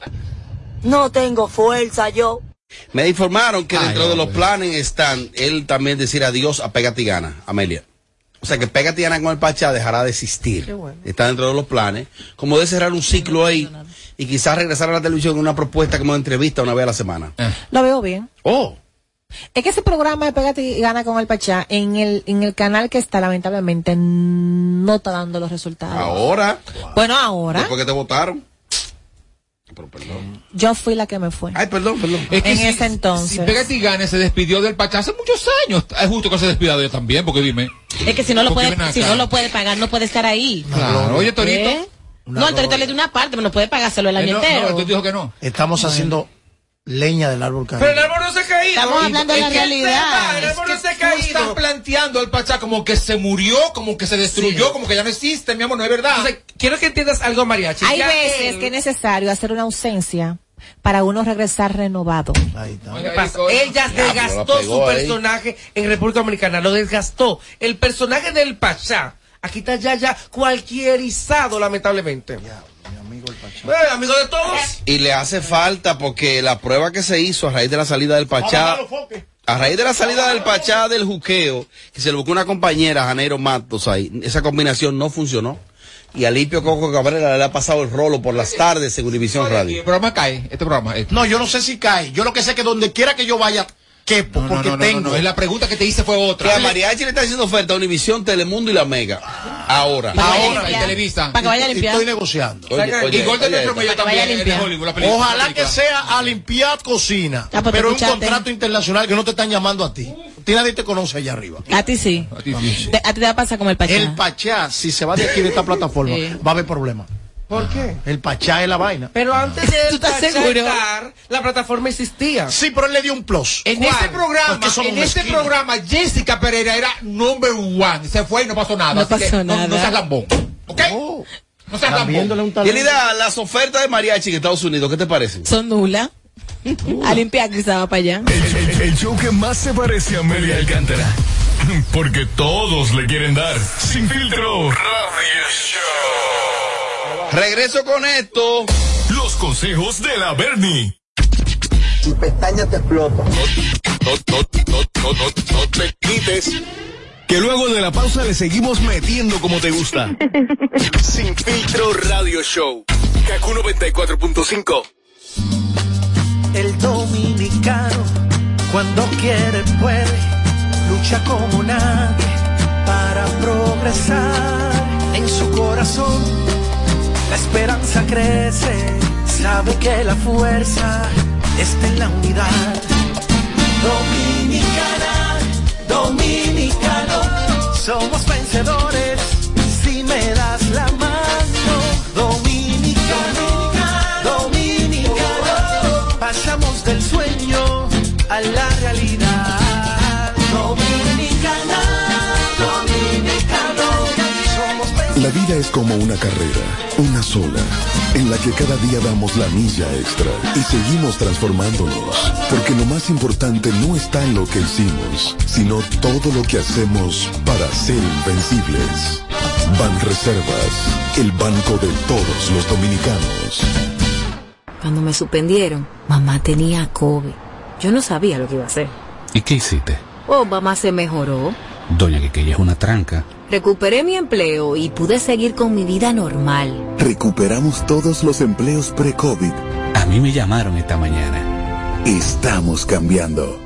[SPEAKER 17] No tengo fuerza yo.
[SPEAKER 2] me informaron que dentro de los planes están él también decir adiós a Pégate y Gana, Amelia. O sea que Pégate y Gana con el Pachá dejará de existir. Está dentro de los planes, como de cerrar un ciclo ahí y quizás regresar a la televisión con una propuesta como de entrevista una vez a la semana.
[SPEAKER 6] Lo veo bien.
[SPEAKER 2] Oh.
[SPEAKER 6] Es que ese programa de Pégate y Gana con el Pachá en el, en el canal que está, lamentablemente, no está dando los resultados.
[SPEAKER 2] Ahora.
[SPEAKER 6] Bueno, ahora.
[SPEAKER 2] Después que te votaron.
[SPEAKER 6] Yo fui la que me fue.
[SPEAKER 2] Ay, perdón, perdón.
[SPEAKER 4] Es que
[SPEAKER 6] en
[SPEAKER 4] si-
[SPEAKER 6] ese entonces.
[SPEAKER 4] Si Pégate y Gane se despidió del Pachá hace muchos años. Es justo que se despida de él también, porque dime.
[SPEAKER 1] Es que si no lo
[SPEAKER 4] ¿Por qué
[SPEAKER 1] puede,
[SPEAKER 4] ven acá?
[SPEAKER 1] si no lo puede pagar, no puede estar ahí.
[SPEAKER 4] Claro. Oye, Torito.
[SPEAKER 1] ¿Eh? No, el torito le dio una parte, pero no puede pagárselo el
[SPEAKER 4] Eh,
[SPEAKER 1] año
[SPEAKER 4] no,
[SPEAKER 1] entero.
[SPEAKER 4] no, tú dijo que no.
[SPEAKER 14] Estamos haciendo leña del árbol caído.
[SPEAKER 16] Pero el árbol no se ha caído.
[SPEAKER 1] Estamos hablando de la
[SPEAKER 16] Es que él se
[SPEAKER 1] realidad.
[SPEAKER 16] va, El árbol no se ha
[SPEAKER 4] Tú estás
[SPEAKER 16] caído.
[SPEAKER 4] planteando al Pachá como que se murió, como que se destruyó, como que ya no existe, mi amor, no es verdad.
[SPEAKER 16] Entonces, quiero que entiendas algo, Mariachi.
[SPEAKER 6] Hay
[SPEAKER 16] Ya
[SPEAKER 6] veces
[SPEAKER 16] él-
[SPEAKER 6] que es necesario hacer una ausencia para uno regresar renovado.
[SPEAKER 16] ¿Qué pasa? Él ya
[SPEAKER 6] Diablo,
[SPEAKER 16] desgastó
[SPEAKER 6] la pegó
[SPEAKER 16] su
[SPEAKER 6] ahí.
[SPEAKER 16] personaje en República Dominicana, lo desgastó. El personaje del Pachá, aquí está ya, ya cualquierizado, lamentablemente. Eh, amigo de todos.
[SPEAKER 2] Y le hace falta porque la prueba que se hizo a raíz de la salida del Pachá. A raíz de la salida del Pachá del Juqueo, que se le buscó una compañera, Janeiro Matos, ahí, esa combinación no funcionó. Y a Lipio Coco Cabrera le ha pasado el rolo por las tardes en Univisión Radio.
[SPEAKER 4] El programa cae, este programa.
[SPEAKER 5] No, yo no sé si cae. Yo lo que sé es que donde quiera que yo vaya, que porque tengo.
[SPEAKER 4] La pregunta que te hice fue
[SPEAKER 2] Que
[SPEAKER 4] otra.
[SPEAKER 2] a Mariachi le está haciendo oferta a Univisión, Telemundo y La Mega. Ahora.
[SPEAKER 4] Para que vaya Ahora, a limpiar. y Televisa. Para que vaya a limpiar.
[SPEAKER 5] Estoy negociando.
[SPEAKER 2] Oye, oye,
[SPEAKER 5] Y Golden Metro
[SPEAKER 2] oye,
[SPEAKER 5] Mayor
[SPEAKER 4] Para que
[SPEAKER 2] esta.
[SPEAKER 4] vaya
[SPEAKER 5] también,
[SPEAKER 4] a limpiar.
[SPEAKER 5] en Hollywood, la película, la
[SPEAKER 14] Ojalá que
[SPEAKER 5] película.
[SPEAKER 14] sea a limpiar cocina,
[SPEAKER 5] Ah, pues te
[SPEAKER 14] pero un
[SPEAKER 5] escuchaste.
[SPEAKER 14] contrato internacional que no te están llamando a ti. A ti nadie te conoce allá arriba.
[SPEAKER 1] A ti sí. Te- a ti te va a pasar como el Pachá.
[SPEAKER 14] El Pachá, si se va de aquí de esta plataforma, va a haber problemas.
[SPEAKER 16] ¿Por qué?
[SPEAKER 14] El Pachá es la vaina.
[SPEAKER 16] Pero antes de
[SPEAKER 14] ¿Tú estás
[SPEAKER 16] Pachá
[SPEAKER 14] seguro?
[SPEAKER 16] estar, la plataforma existía.
[SPEAKER 14] Sí, pero él le dio un plus.
[SPEAKER 4] En este programa,
[SPEAKER 16] Porque somos
[SPEAKER 4] en este
[SPEAKER 16] mezquinos.
[SPEAKER 4] programa, Jessica Pereira era number one. Se fue y no pasó nada.
[SPEAKER 2] No
[SPEAKER 4] Así que
[SPEAKER 2] pasó
[SPEAKER 4] No,
[SPEAKER 2] nada.
[SPEAKER 4] seas lambón. ¿Ok? No seas lambón.
[SPEAKER 2] Yelida, las ofertas de Mariachi en Estados Unidos, ¿qué te parecen?
[SPEAKER 1] Son nulas. a limpiar quizá va para allá.
[SPEAKER 13] El, el show que más se parece a Amelia Alcántara. Porque todos le quieren dar. Sin filtro.
[SPEAKER 2] Regreso con esto.
[SPEAKER 13] Los consejos de la Bernie.
[SPEAKER 23] Tu pestaña te explota.
[SPEAKER 13] No, no, no, no, no, no te quites.
[SPEAKER 11] Que luego de la pausa le seguimos metiendo como te gusta.
[SPEAKER 13] Sin filtro radio show. Kaku 94.5.
[SPEAKER 5] El dominicano, cuando quiere, puede, lucha como nadie para progresar. En su corazón, la esperanza crece, sabe que la fuerza está en la unidad. Dominicana, dominicano, somos vencedores si me das la mano. Dominicano, dominicano, pasamos del sueño a la realidad. Dominicana, dominicano, somos
[SPEAKER 10] La vida es como una carrera, una sola, en la que cada día damos la milla extra y seguimos transformándonos, porque lo más importante no está en lo que hicimos, sino todo lo que hacemos para ser invencibles. Ban Reservas, el banco de todos los dominicanos.
[SPEAKER 22] Cuando me suspendieron, mamá tenía COVID. Yo no sabía lo que iba a hacer.
[SPEAKER 24] ¿Y qué hiciste?
[SPEAKER 22] Oh, mamá se mejoró.
[SPEAKER 24] Doña que es una tranca.
[SPEAKER 22] Recuperé mi empleo y pude seguir con mi vida normal.
[SPEAKER 10] Recuperamos todos los empleos pre-COVID.
[SPEAKER 24] A mí me llamaron esta mañana.
[SPEAKER 10] Estamos cambiando.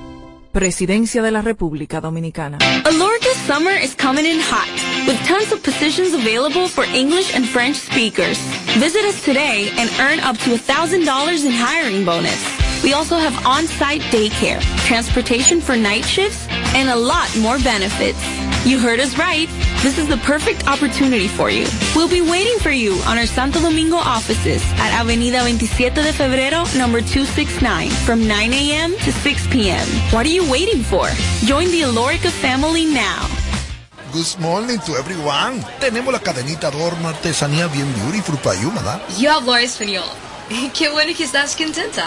[SPEAKER 12] Presidencia de la República Dominicana.
[SPEAKER 9] Allure this summer is coming in hot with tons of positions available for English and French speakers. Visit us today and earn up to $1,000 in hiring bonus. We also have on-site daycare, transportation for night shifts, and a lot more benefits. You heard us right. This is the perfect opportunity for you. We'll be waiting for you on our Santo Domingo offices at Avenida 27 de Febrero, number 269, from 9 a.m. to 6 p.m. What are you waiting for? Join the Alorica family now.
[SPEAKER 25] Good morning to everyone. Tenemos la cadenita de horno artesanía bien beautiful para you, madam.
[SPEAKER 26] Yo hablo español. Qué bueno que estás contenta.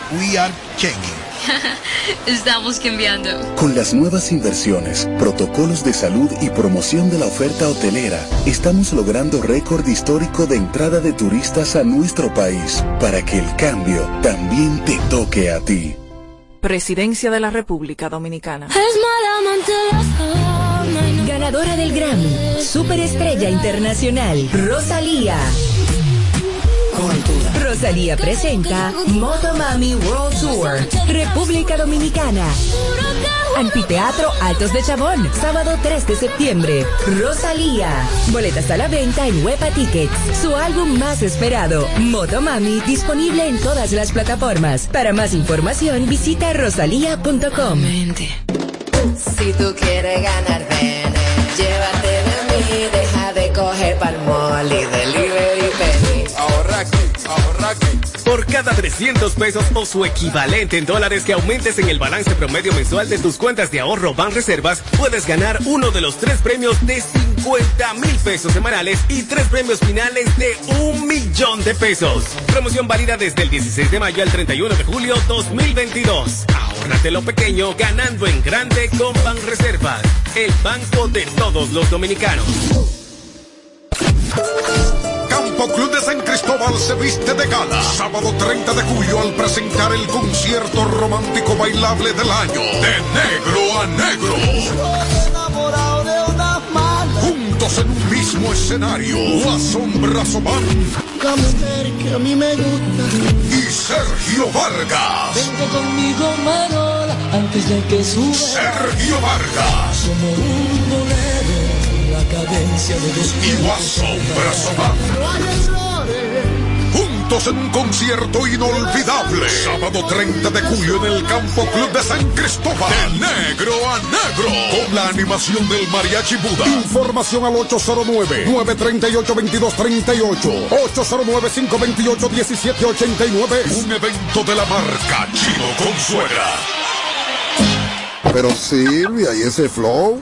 [SPEAKER 25] we are changing.
[SPEAKER 26] Estamos cambiando.
[SPEAKER 10] Con las nuevas inversiones, protocolos de salud y promoción de la oferta hotelera, estamos logrando récord histórico de entrada de turistas a nuestro país para que el cambio también te toque a ti.
[SPEAKER 12] Presidencia de la República Dominicana.
[SPEAKER 27] Ganadora del Grammy, superestrella internacional, Rosalía. Rosalía presenta Motomami World Tour, República Dominicana. Anfiteatro Altos de Chabón, sábado 3 de septiembre. Rosalía. Boletas a la venta en Huepa Tickets. Su álbum más esperado, Motomami, disponible en todas las plataformas. Para más información, visita rosalía.com.
[SPEAKER 28] Si tú quieres ganar, ven. Llévate de mí, deja de coger palmol y delivery penny. Ahorra aquí, ahorra aquí.
[SPEAKER 11] Por cada 300 pesos o su equivalente en dólares que aumentes en el balance promedio mensual de tus cuentas de ahorro Banreservas, puedes ganar uno de los tres premios de 50 mil pesos semanales y tres premios finales de un millón de pesos. Promoción válida desde el 16 de mayo al 31 de julio 2022. Ahorra Ahorrate lo pequeño ganando en grande con Banreservas, el banco de todos los dominicanos.
[SPEAKER 7] Campo Club de San Cristóbal se viste de gala. Sábado 30 de julio al presentar el concierto romántico bailable del año. De negro a negro. Juntos en un mismo escenario. La sombra Sobán
[SPEAKER 29] que a mí me gusta.
[SPEAKER 7] y Sergio Vargas.
[SPEAKER 29] Vente conmigo, Marola, antes de que suba.
[SPEAKER 7] Sergio Vargas.
[SPEAKER 29] Como un bolero, la cadencia de dos
[SPEAKER 7] Y la sombra Sobán. Juntos en un concierto inolvidable. Sábado 30 de julio en el Campo Club de San Cristóbal. De negro a negro. Con la animación del Mariachi Buda. Información al 809-938-2238. 809-528-1789. Un evento de la marca Chino Consuegra.
[SPEAKER 30] Pero Silvia, ¿y ese flow?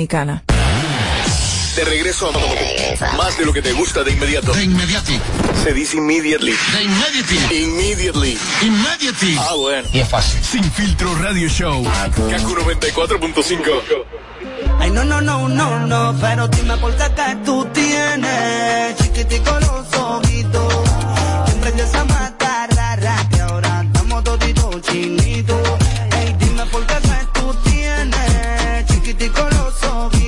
[SPEAKER 13] De regreso a más de lo que te gusta de inmediato. De inmediati. Se dice immediately. De inmediati. Immediately. Immediately. Ah, bueno. Y es fácil. Sin filtro radio show. Kaku 94.5.
[SPEAKER 5] Ay, no, no, no, no, no, pero dime por qué que tú tienes chiquitico los ojitos. Siempre de esa mata rara que ahora estamos toditos chinitos. Ey, dime por qué que tú tienes chiquitico los ojitos.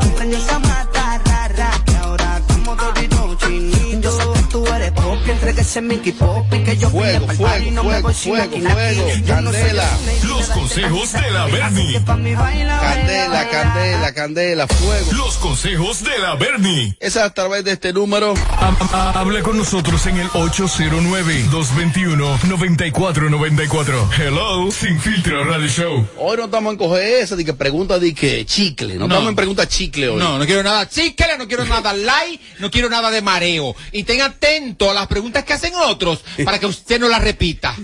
[SPEAKER 5] Siempre de esa mata rara que ahora estamos toditos chinitos. Yo sé que tú eres propia, entre que ese Mickey Pop y que yo
[SPEAKER 2] Fuego,
[SPEAKER 5] pa'l
[SPEAKER 2] fuego,
[SPEAKER 5] party, no me
[SPEAKER 2] fuego,
[SPEAKER 5] voy sin
[SPEAKER 2] fuego,
[SPEAKER 5] aquí, aquí.
[SPEAKER 2] fuego.
[SPEAKER 5] Yo no soy
[SPEAKER 2] Candela.
[SPEAKER 13] Los consejos de la Bernie.
[SPEAKER 2] Candela, candela, candela, fuego.
[SPEAKER 13] Los consejos de la Bernie.
[SPEAKER 2] Es a través de este número.
[SPEAKER 13] Habla con nosotros en el 809-221-9494. Hello, Sin Filtro Radio Show.
[SPEAKER 2] Hoy no estamos en coger esa, de que pregunta de que chicle. No,
[SPEAKER 4] No.
[SPEAKER 2] estamos en pregunta chicle hoy.
[SPEAKER 4] No, no quiero nada chicle, no quiero nada light, no quiero nada de mareo. Y ten atento a las preguntas que hacen otros para que usted no las repita.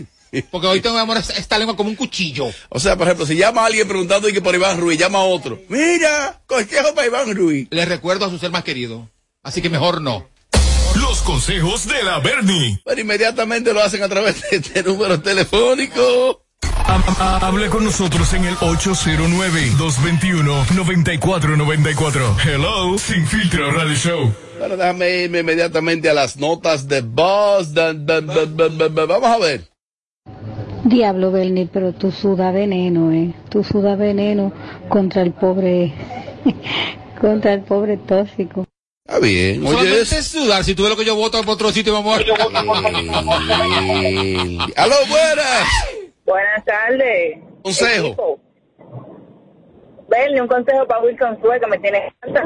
[SPEAKER 4] Porque hoy tengo, mi amor, esta lengua como un cuchillo.
[SPEAKER 2] O sea, por ejemplo, si llama a alguien preguntando y que por Iván Ruiz, llama a otro. Mira, consejo para Iván Ruiz.
[SPEAKER 4] Le recuerdo a su ser más querido. Así que mejor no.
[SPEAKER 13] Los consejos de la Bernie.
[SPEAKER 2] Pero inmediatamente lo hacen a través de este número telefónico.
[SPEAKER 13] Habla con nosotros en el 809-221-9494. Hello, Sin Filtro Radio Show.
[SPEAKER 2] Ahora déjame irme inmediatamente a las notas de voz. Da, da, da, da, da, da. Vamos a ver.
[SPEAKER 22] Diablo, Bernie, pero tú suda veneno, ¿eh? Tú suda veneno contra el pobre, contra el pobre tóxico.
[SPEAKER 2] Está bien. Oye,
[SPEAKER 4] Solamente
[SPEAKER 2] eso.
[SPEAKER 4] es sudar. Si tú ves lo que yo voto por otro sitio, mi amor.
[SPEAKER 2] Aló, buenas.
[SPEAKER 12] Buenas tardes.
[SPEAKER 2] Consejo.
[SPEAKER 12] Equipo. Verle un consejo para Wilson Sue que me tiene harta.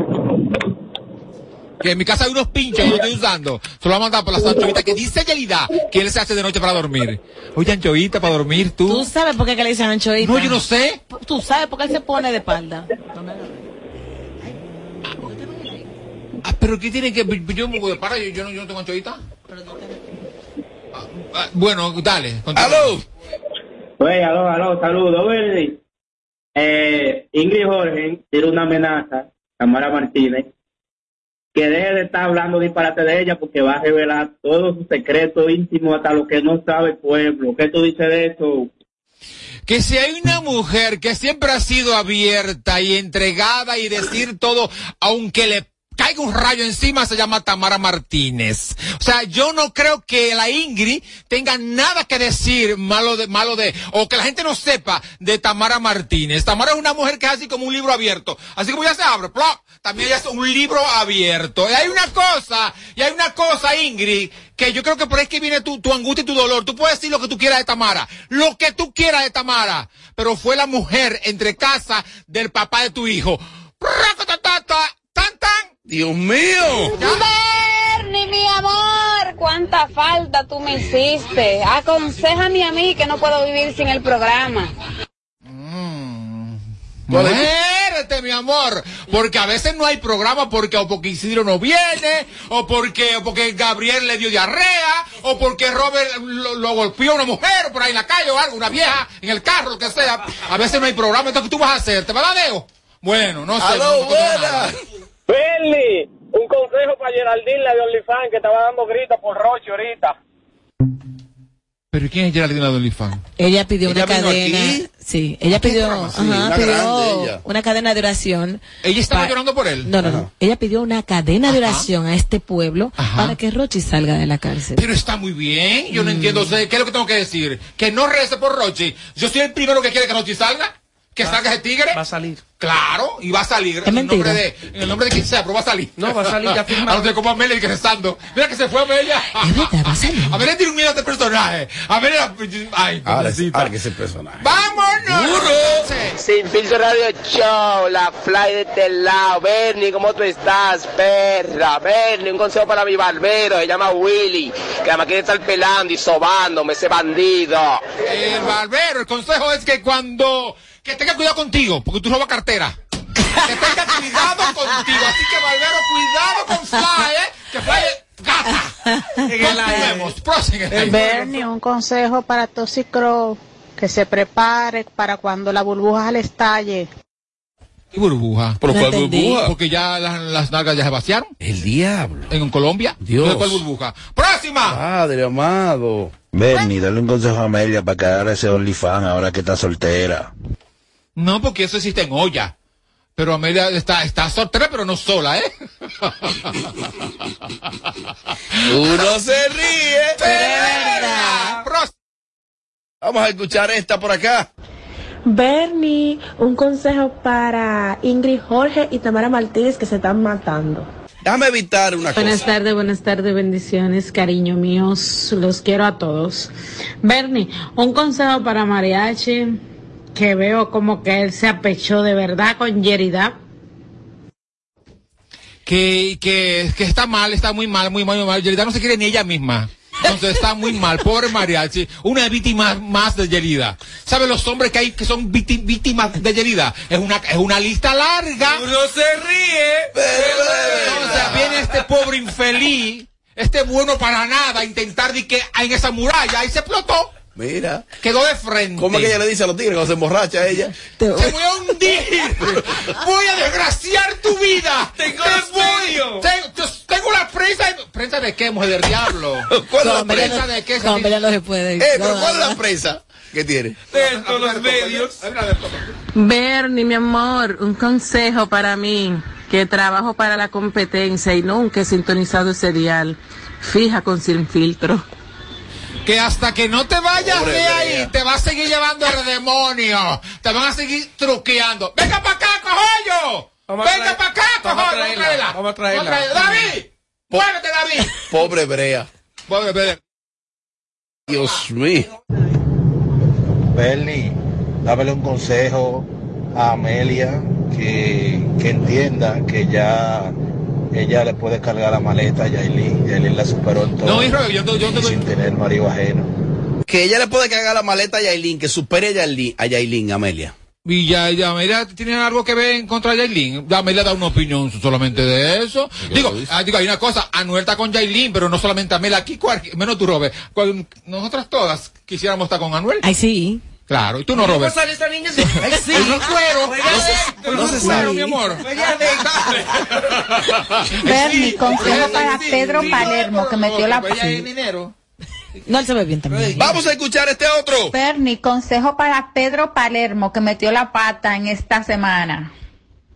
[SPEAKER 4] Que en mi casa hay unos pinchos que yo estoy usando. Se lo va a mandar por las anchoitas que dice Yelida que él se hace de noche para dormir. Oye, anchoita, para dormir
[SPEAKER 1] ¿Tú
[SPEAKER 4] tú.
[SPEAKER 1] sabes por qué que le dicen anchoita?
[SPEAKER 4] No, yo no sé.
[SPEAKER 1] Tú sabes por qué él se pone de espalda.
[SPEAKER 4] Ah, pero ¿qué tiene que.? Yo, yo- para, yo, yo no, yo no tengo anchoita. Ah, bueno, dale. ¡Aló!
[SPEAKER 14] Oye, aló, aló, saludos, Bernie. Eh, Ingrid Jorge tiene una amenaza, Tamara Martínez, que deje de estar hablando disparate de ella porque va a revelar todos sus secretos íntimos hasta lo que no sabe el pueblo. ¿Qué tú dices de eso?
[SPEAKER 4] Que si hay una mujer que siempre ha sido abierta y entregada y decir todo, aunque le caiga un rayo encima, se llama Tamara Martínez. O sea, yo no creo que la Ingrid tenga nada que decir malo de, malo de, o que la gente no sepa de Tamara Martínez. Tamara es una mujer que es así como un libro abierto. Así como ya se abre, ¡plop! también ella es un libro abierto. Y hay una cosa, y hay una cosa, Ingrid, que yo creo que por ahí es que viene tu, tu angustia y tu dolor. Tú puedes decir lo que tú quieras de Tamara, lo que tú quieras de Tamara, pero fue la mujer entre casa del papá de tu hijo. ¡Tan, tan!
[SPEAKER 2] Dios mío.
[SPEAKER 12] Bernie, mi amor,
[SPEAKER 6] cuánta falta tú me hiciste. Aconsejame a mí que no puedo vivir sin el programa.
[SPEAKER 4] Muérete, mi amor, porque a veces no hay programa porque o porque Isidro no viene, o porque o porque Gabriel le dio diarrea, o porque Robert lo, lo golpeó una mujer por ahí en la calle o algo, una vieja en el carro, lo que sea. A veces no hay programa, entonces ¿qué tú vas a hacer? ¿Te va a dar deo? Bueno, no sé.
[SPEAKER 8] Aló,
[SPEAKER 4] no, no tengo
[SPEAKER 8] buena.
[SPEAKER 4] nada.
[SPEAKER 8] Bernie, un consejo para Geraldine, la de OnlyFans, que estaba dando gritos por Roche ahorita.
[SPEAKER 4] Pero ¿quién es Geraldine de OnlyFans?
[SPEAKER 1] Ella pidió
[SPEAKER 4] ¿Ella
[SPEAKER 1] una
[SPEAKER 4] vino
[SPEAKER 1] cadena.
[SPEAKER 4] aquí?
[SPEAKER 1] Sí, ella pidió,
[SPEAKER 4] Sí,
[SPEAKER 1] ajá,
[SPEAKER 4] una
[SPEAKER 1] pidió
[SPEAKER 4] grande ella.
[SPEAKER 1] una cadena de oración.
[SPEAKER 4] ¿Ella estaba
[SPEAKER 1] pa-
[SPEAKER 4] llorando por él?
[SPEAKER 1] No, no, no. Ella pidió una cadena de oración a este pueblo para que Rochi salga de la cárcel.
[SPEAKER 4] Pero está muy bien,
[SPEAKER 14] Mm.
[SPEAKER 4] yo no entiendo, o sea, ¿qué es lo que tengo que decir? Que no rece por Rochi. Yo soy el primero que quiere que Rochi salga, que salga ese tigre. Va a salir. Claro, y va a salir. en el nombre de, en el nombre de quien sea, pero va a salir.
[SPEAKER 14] No, va a salir, ya firmaron.
[SPEAKER 4] Ahora te como Amelia y que rezando. Mira que se fue Amelia.
[SPEAKER 1] va a salir.
[SPEAKER 4] Amelia tiene un miedo a este personaje. Amelia, ay,
[SPEAKER 2] Ahora,
[SPEAKER 4] pobrecita.
[SPEAKER 2] ahora que ese personaje.
[SPEAKER 4] ¡Vámonos!
[SPEAKER 8] Sin filtro radio show, la fly de este lado. Bernie, ¿cómo tú estás, perra? Bernie, un consejo para mi barbero, se llama Willy, que además quiere estar pelando y sobándome ese bandido.
[SPEAKER 4] El barbero, el consejo es que cuando. que tenga cuidado contigo, porque tú robas cartera. Que tenga cuidado contigo. Así que, barbero, cuidado con Fly, ¿eh? Que Fly es gata. Continuemos. Prosigue.
[SPEAKER 16] Bernie, un consejo para Toxicro, que se prepare para cuando la burbuja le estalle.
[SPEAKER 4] ¿Y burbuja?
[SPEAKER 2] ¿Pero No cuál entendí. burbuja?
[SPEAKER 4] Porque ya las, las nalgas ya se vaciaron.
[SPEAKER 2] El diablo.
[SPEAKER 4] En Colombia.
[SPEAKER 2] Dios.
[SPEAKER 4] ¿Cuál burbuja? ¡Próxima!
[SPEAKER 2] Padre amado.
[SPEAKER 17] Bernie, dale un consejo a Amelia para que haga ese OnlyFans ahora que está soltera.
[SPEAKER 4] No, porque eso existe en olla. Pero Amelia está, está soltera, pero no sola, ¿eh?
[SPEAKER 2] Uno se ríe.
[SPEAKER 4] Pros-
[SPEAKER 2] Vamos a escuchar esta por acá.
[SPEAKER 22] Bernie, un consejo para Ingrid Jorge y Tamara Martínez que se están matando.
[SPEAKER 2] Déjame evitar una
[SPEAKER 22] Buenas
[SPEAKER 2] cosa.
[SPEAKER 22] tardes, buenas tardes, bendiciones, cariño míos, los quiero a todos. Bernie, un consejo para Mariachi, que veo como que él se apechó de verdad con Yerida.
[SPEAKER 4] que, que, que está mal, está muy mal, muy mal, muy mal. Yerida no se quiere ni ella misma. Entonces está muy mal, pobre mariachi, una víctima más de Yerida. ¿Saben los hombres que hay que son víti- víctimas de Yerida? Es una, es una lista larga. Uno se ríe. Entonces viene este pobre infeliz, este bueno para nada, a intentar de que en esa muralla, ahí se explotó.
[SPEAKER 2] Mira.
[SPEAKER 4] Quedó de frente.
[SPEAKER 2] ¿Cómo es que ella le dice a los tigres cuando se emborracha a ella?
[SPEAKER 4] Te voy a hundir. Voy a desgraciar tu vida. Tengo te voy. Te- yo tengo la prensa. de- ¿Prensa de qué, mujer del diablo?
[SPEAKER 2] ¿Cuál es la
[SPEAKER 4] Con prensa
[SPEAKER 2] prensa?
[SPEAKER 4] de qué?
[SPEAKER 1] Con Amelia no se puede.
[SPEAKER 2] Eh, pero
[SPEAKER 1] No,
[SPEAKER 2] ¿cuál es la
[SPEAKER 1] no.
[SPEAKER 2] prensa que tiene?
[SPEAKER 4] Dentro los medios.
[SPEAKER 31] Bernie, mi amor, un consejo para mí, que trabajo para la competencia y nunca he sintonizado ese dial. Fija con sin filtro.
[SPEAKER 4] Que hasta que no te vayas
[SPEAKER 31] Pobre
[SPEAKER 4] de ahí,
[SPEAKER 31] Andrea.
[SPEAKER 4] te va a seguir llevando el demonio. Te van a seguir truqueando. ¡Venga para acá, cojollo! ¡Venga para acá,
[SPEAKER 2] vamos a
[SPEAKER 4] cojollo! Vamos a traerla.
[SPEAKER 2] Vamos a traerla.
[SPEAKER 4] ¡David! ¡Muévete, David!
[SPEAKER 2] Pobre Brea.
[SPEAKER 4] Pobre Brea.
[SPEAKER 2] Dios mío.
[SPEAKER 32] Bernie, dámele un consejo a Amelia que, que entienda que ya ella le puede cargar la maleta a Yailin. Yailin la superó en todo.
[SPEAKER 2] No, hijo, yo
[SPEAKER 4] yo
[SPEAKER 32] y sin tener marido ajeno.
[SPEAKER 2] Que ella le puede cargar la maleta a Yailin, que supere a Yailin, a Yailin, Amelia.
[SPEAKER 4] Y ya, ya, mira, tienen algo que ver en contra de Yailin. Ya, Amelia da una opinión solamente de eso. Digo, ah, digo, hay una cosa, Anuel está con Yailin, pero no solamente Amelia, aquí, cual- menos tú, Robert. Cual- nosotras todas quisiéramos estar con Anuel.
[SPEAKER 1] Ay, sí.
[SPEAKER 4] Claro, y tú no, Robert.
[SPEAKER 5] esta niña? Sí.
[SPEAKER 4] No cuero. No
[SPEAKER 5] No,
[SPEAKER 4] se- no
[SPEAKER 5] se
[SPEAKER 16] pues,
[SPEAKER 4] se
[SPEAKER 5] sabe.
[SPEAKER 4] sabe. mi amor.
[SPEAKER 16] Bernie, consejo para Pedro Palermo, que metió la...
[SPEAKER 4] dinero.
[SPEAKER 16] No, él se ve bien también.
[SPEAKER 2] Vamos a escuchar este otro.
[SPEAKER 16] Bernie, consejo para Pedro Palermo, que metió la pata en esta semana.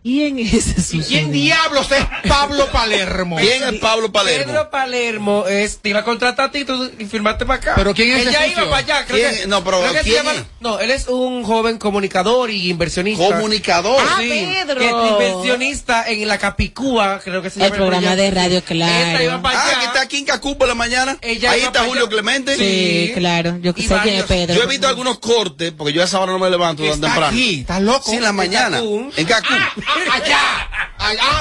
[SPEAKER 1] ¿Quién es
[SPEAKER 4] ¿Y quién diablos es Pablo Palermo?
[SPEAKER 14] ¿Quién es
[SPEAKER 2] Pablo
[SPEAKER 14] Palermo? Pedro Palermo es, te iba a contratar a ti tú- y firmaste para acá.
[SPEAKER 4] Pero ¿quién es
[SPEAKER 14] Ella
[SPEAKER 4] ese
[SPEAKER 14] iba
[SPEAKER 4] sucio?
[SPEAKER 14] para allá, creo
[SPEAKER 4] ¿Quién?
[SPEAKER 14] que.
[SPEAKER 4] No, pero
[SPEAKER 14] creo que se
[SPEAKER 4] ¿quién
[SPEAKER 14] llama-
[SPEAKER 4] es?
[SPEAKER 14] No, él es un joven comunicador y inversionista.
[SPEAKER 2] Comunicador.
[SPEAKER 1] Ah,
[SPEAKER 14] sí.
[SPEAKER 1] Pedro.
[SPEAKER 14] Que es inversionista en la Capicúa, creo que se
[SPEAKER 1] El
[SPEAKER 14] llama.
[SPEAKER 1] programa de Radio
[SPEAKER 14] Esta iba
[SPEAKER 1] Claro.
[SPEAKER 14] para allá.
[SPEAKER 2] Ah, que está aquí en Cacú por la mañana.
[SPEAKER 14] Ella
[SPEAKER 2] Ahí
[SPEAKER 14] iba
[SPEAKER 2] está
[SPEAKER 14] para
[SPEAKER 2] Julio
[SPEAKER 14] allá.
[SPEAKER 2] Clemente.
[SPEAKER 1] Sí, claro. Yo que sé quién es Pedro.
[SPEAKER 2] Yo he visto algunos cortes, porque yo a esa hora no me levanto tan
[SPEAKER 1] Está
[SPEAKER 2] temprano.
[SPEAKER 1] aquí,
[SPEAKER 4] estás loco.
[SPEAKER 2] Sí, en la
[SPEAKER 1] En
[SPEAKER 2] mañana.
[SPEAKER 1] Cacún.
[SPEAKER 2] En Cacú.
[SPEAKER 4] Ah, allá. ah,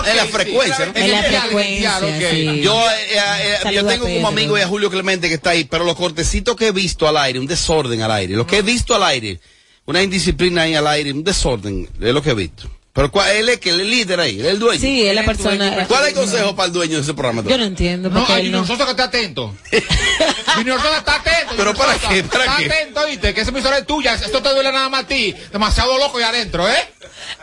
[SPEAKER 4] allá
[SPEAKER 2] En la frecuencia, ¿no? En la
[SPEAKER 1] frecuencia, sí.
[SPEAKER 2] Yo, eh, eh,
[SPEAKER 1] Saludo
[SPEAKER 2] yo
[SPEAKER 1] a
[SPEAKER 2] tengo como
[SPEAKER 1] Pedro.
[SPEAKER 2] amigo a Julio Clemente que está ahí, pero los cortecitos que he visto al aire, un desorden al aire, lo que he visto al aire, una indisciplina ahí al aire, un desorden, es lo que he visto. Pero ¿cuál, él es que él es el líder ahí, él es el dueño.
[SPEAKER 1] Sí, él es la persona- eh.
[SPEAKER 2] ¿Cuál es el consejo para el dueño de ese programa?
[SPEAKER 1] Yo no entiendo.
[SPEAKER 4] No,
[SPEAKER 1] porque
[SPEAKER 4] hay
[SPEAKER 1] él no.
[SPEAKER 4] Sosa que está atento. Junior Sosa está atento.
[SPEAKER 2] Pero
[SPEAKER 4] Junior
[SPEAKER 2] ¿para
[SPEAKER 4] Sosa.
[SPEAKER 2] qué? ¿Para
[SPEAKER 4] está
[SPEAKER 2] qué?
[SPEAKER 4] atento, viste, que esa emisora es tuya. Esto te duele nada más a ti. Demasiado loco ahí adentro, ¿eh?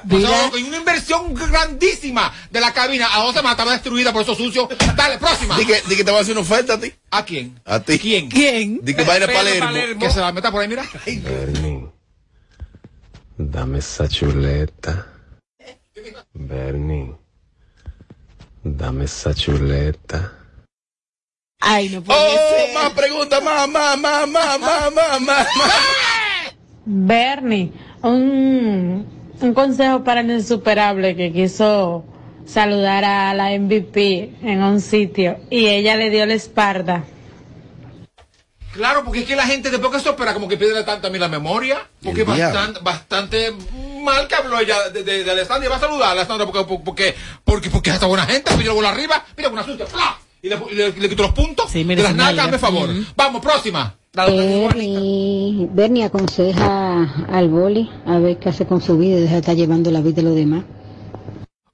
[SPEAKER 4] Demasiado
[SPEAKER 1] Mira.
[SPEAKER 4] loco. Y una inversión grandísima de la cabina. A 11 más estaba destruida por esos sucios. Dale, próxima.
[SPEAKER 2] Di que, di que te va a hacer una oferta a ti.
[SPEAKER 4] ¿A quién?
[SPEAKER 2] A ti.
[SPEAKER 4] ¿Quién?
[SPEAKER 1] ¿Quién?
[SPEAKER 2] Di que va a ir a Palermo.
[SPEAKER 4] Que se la meta por ahí, mira.
[SPEAKER 7] Bernie, dame esa chuleta. Bernie, dame esa chuleta.
[SPEAKER 1] Ay, no puede
[SPEAKER 2] ser. Oh, Más preguntas, más, más, más, más, más, más, más.
[SPEAKER 22] Bernie, un, un consejo para el insuperable que quiso saludar a la MVP en un sitio y ella le dio la espalda.
[SPEAKER 4] Claro, porque es que la gente después que se opera como que pierde tanta a mí la memoria. Porque
[SPEAKER 2] El diablo.
[SPEAKER 4] bastante, bastante mal que habló ella de, de, de Alessandra. Y va a saludar a Alessandra porque, porque, porque, porque es esta buena gente. Pues Mira bola arriba, mira una sucia. ¡pla! Y le, le, le quito los puntos de
[SPEAKER 1] mira
[SPEAKER 4] las
[SPEAKER 1] su
[SPEAKER 4] nalgas,
[SPEAKER 1] nalga.
[SPEAKER 4] hazme favor.
[SPEAKER 1] Ujú.
[SPEAKER 4] Vamos, próxima.
[SPEAKER 19] Bernie, Bernie aconseja al boli a ver qué hace con su vida y deja de estar llevando la vida de los demás.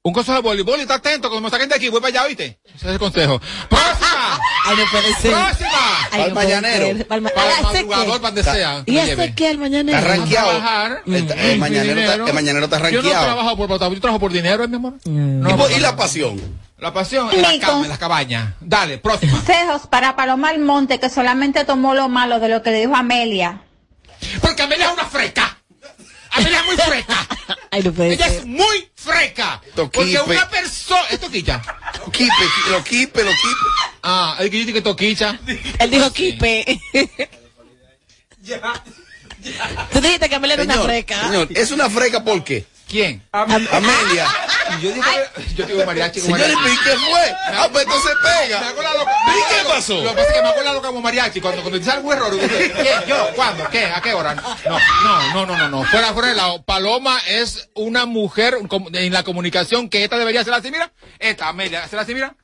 [SPEAKER 4] Un consejo de voleibol, está atento, cuando me saquen de aquí, voy para allá, ¿viste? Ese es el consejo. ¡Próxima!
[SPEAKER 1] Ay, no puede ser.
[SPEAKER 4] ¡Próxima!
[SPEAKER 1] Ay, no puede ser. Palma-
[SPEAKER 4] Para el
[SPEAKER 1] Ah, ¿sé qué?
[SPEAKER 4] madrugador, para donde sea. que
[SPEAKER 1] ¿Y
[SPEAKER 4] me
[SPEAKER 1] hace
[SPEAKER 4] lleve.
[SPEAKER 1] qué el mañanero? Mm.
[SPEAKER 2] Está rankeado.
[SPEAKER 4] trabajar.
[SPEAKER 2] Está- El mañanero está- el mañanero está
[SPEAKER 4] Yo no
[SPEAKER 2] rankeado.
[SPEAKER 4] trabajo por plata, yo trabajo por dinero, ¿eh, mi amor.
[SPEAKER 1] Mm.
[SPEAKER 2] Y por- y la pasión.
[SPEAKER 4] La pasión en la
[SPEAKER 9] Nico.
[SPEAKER 4] cama, en la cabaña. Dale, próxima.
[SPEAKER 9] Consejos para Paloma Almonte, que solamente tomó lo malo de lo que le dijo Amelia.
[SPEAKER 4] Porque Amelia es una freca. Amelia es muy freca.
[SPEAKER 1] Ay, no puede
[SPEAKER 4] Ella es
[SPEAKER 1] ser.
[SPEAKER 4] muy freca.
[SPEAKER 2] Toquipe.
[SPEAKER 4] Porque una persona. ¿Es toquicha?
[SPEAKER 2] Toquipe, lo quipe, lo quipe.
[SPEAKER 4] Ah, el que yo dije que toquicha.
[SPEAKER 1] Él dijo Kipe. Tú dijiste que Amelia era una
[SPEAKER 2] Señor,
[SPEAKER 1] freca.
[SPEAKER 2] señor, es una freca ¿por qué?
[SPEAKER 4] ¿Quién?
[SPEAKER 2] Amelia.
[SPEAKER 4] Yo digo, yo digo mariachi. como
[SPEAKER 2] Señores,
[SPEAKER 4] mariachi.
[SPEAKER 2] ¿y qué fue? Ah, pues entonces pega.
[SPEAKER 4] Me hago la loca.
[SPEAKER 2] ¿Y qué pasó?
[SPEAKER 4] Lo que pasa es que me hago la loca como mariachi. Cuando, cuando dice algún error, digo, ¿qué? ¿Yo? ¿Cuándo? ¿Qué? ¿A qué hora? No, no, no, no, no. no. Fuera, fuera de lado. Paloma es una mujer com- en la comunicación que esta debería ser así, mira. Esta, Amelia, ¿será así, mira?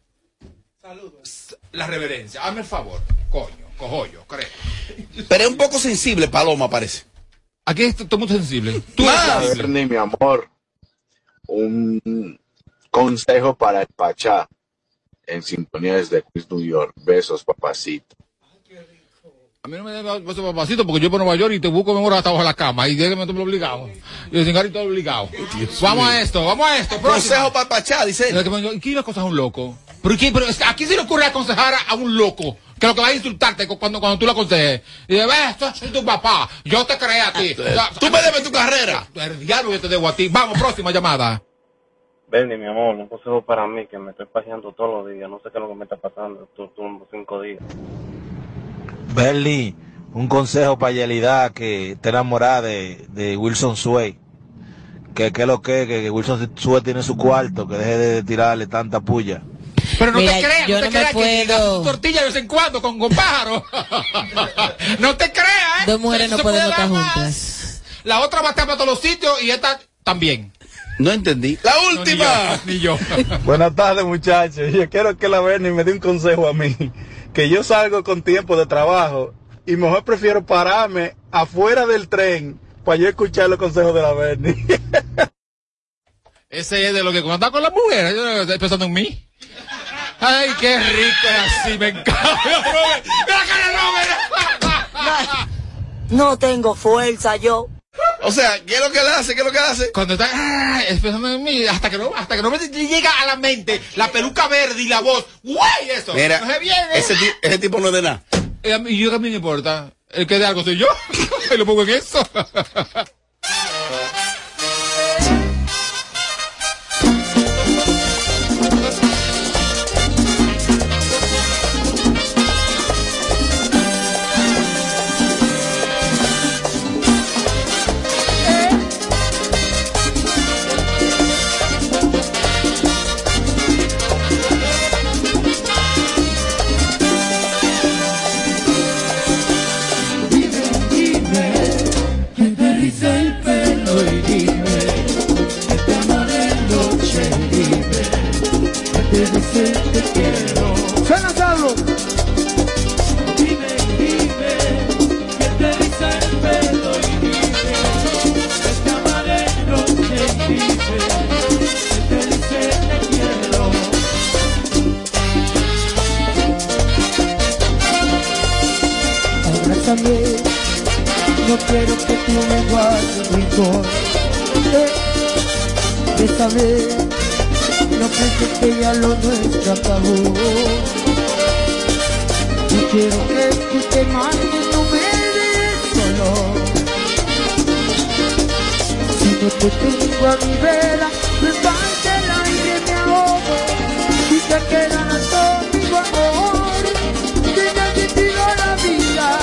[SPEAKER 4] Saludos. La reverencia. Hazme el favor. Coño, cojollo, creo.
[SPEAKER 2] Pero es un poco sensible, Paloma, parece.
[SPEAKER 4] Aquí está todo muy sensible. Tú
[SPEAKER 11] Bernie, mi amor, un consejo para el Pachá en sintonía desde Queens, New York. Besos, papacito.
[SPEAKER 4] A mí no me debe beso papacito porque yo voy a Nueva York y te busco mejor hasta abajo de la cama y déjame todo obligado. Y sin garito obligado. vamos a esto, vamos a esto.
[SPEAKER 2] Consejo para Pachá, dice.
[SPEAKER 4] ¿Y qué cosa a un loco? ¿Pero, qué? Pero es- ¿A quién se le ocurre aconsejar a- a un loco? Que lo que va a insultarte cu- cuando, cuando tú lo aconsejes. Y dice, "Ve, esto soy tu papá, yo te creé a ti.
[SPEAKER 2] Tú me debes tu carrera.
[SPEAKER 4] El diablo yo te debo a ti. Vamos, próxima llamada.
[SPEAKER 33] Bernie, mi amor, un consejo para mí que me estoy paseando todos los días. No sé qué es lo que me está pasando. Tú, tú, cinco días.
[SPEAKER 32] Bernie, un consejo para Yelida que te enamorada de, de Wilson Sway. Que que lo que, que, que Wilson Sway tiene su cuarto, que deje de tirarle tanta puya.
[SPEAKER 4] Pero no
[SPEAKER 1] Mira,
[SPEAKER 4] te creas,
[SPEAKER 1] yo
[SPEAKER 4] no te
[SPEAKER 1] no me
[SPEAKER 4] creas que
[SPEAKER 1] puedo.
[SPEAKER 4] haces tortilla de vez en cuando con, con pájaro. no te creas, ¿eh?
[SPEAKER 1] Dos mujeres
[SPEAKER 4] Eso
[SPEAKER 1] no
[SPEAKER 4] se puede
[SPEAKER 1] podemos
[SPEAKER 4] dar
[SPEAKER 1] estar
[SPEAKER 4] más.
[SPEAKER 1] juntas.
[SPEAKER 4] La otra va a estar para todos los sitios y esta también.
[SPEAKER 2] No entendí.
[SPEAKER 4] La última. ni yo.
[SPEAKER 13] Buenas tardes, muchachos. Yo quiero que la Bernie me dé un consejo a mí. Que yo salgo con tiempo de trabajo y mejor prefiero pararme afuera del tren para yo escuchar los consejos de la Bernie.
[SPEAKER 4] Ese es de lo que cuando anda con las mujeres, yo estoy pensando en mí. Ay, qué rico es así, me encanta. Robert. Mira la cara de Robert.
[SPEAKER 26] No tengo fuerza yo.
[SPEAKER 2] O sea, ¿qué es lo que le hace? ¿Qué es lo que le hace?
[SPEAKER 4] Cuando está ah, es pensando en mí, hasta que no, hasta que no me llega a la mente la peluca verde y la voz. ¡Guay eso!
[SPEAKER 2] Mira,
[SPEAKER 4] no se viene.
[SPEAKER 2] ese, ti- ese tipo no es de nada.
[SPEAKER 4] Eh, a mí- Y yo que a mí me importa. El que de algo soy yo. y lo pongo en eso.
[SPEAKER 5] Dime, dime, ¿quién te dice también. No quiero que tú me guardes rencor. Eh, Esta vez no pienses que ya lo nuestro acabó. No quiero que tú te marches, no me dejes solo. Si no te tengo a mi vela, me falta el aire, me ahogo. Y te quedarás conmigo, amor. Que ya te tiró la vida.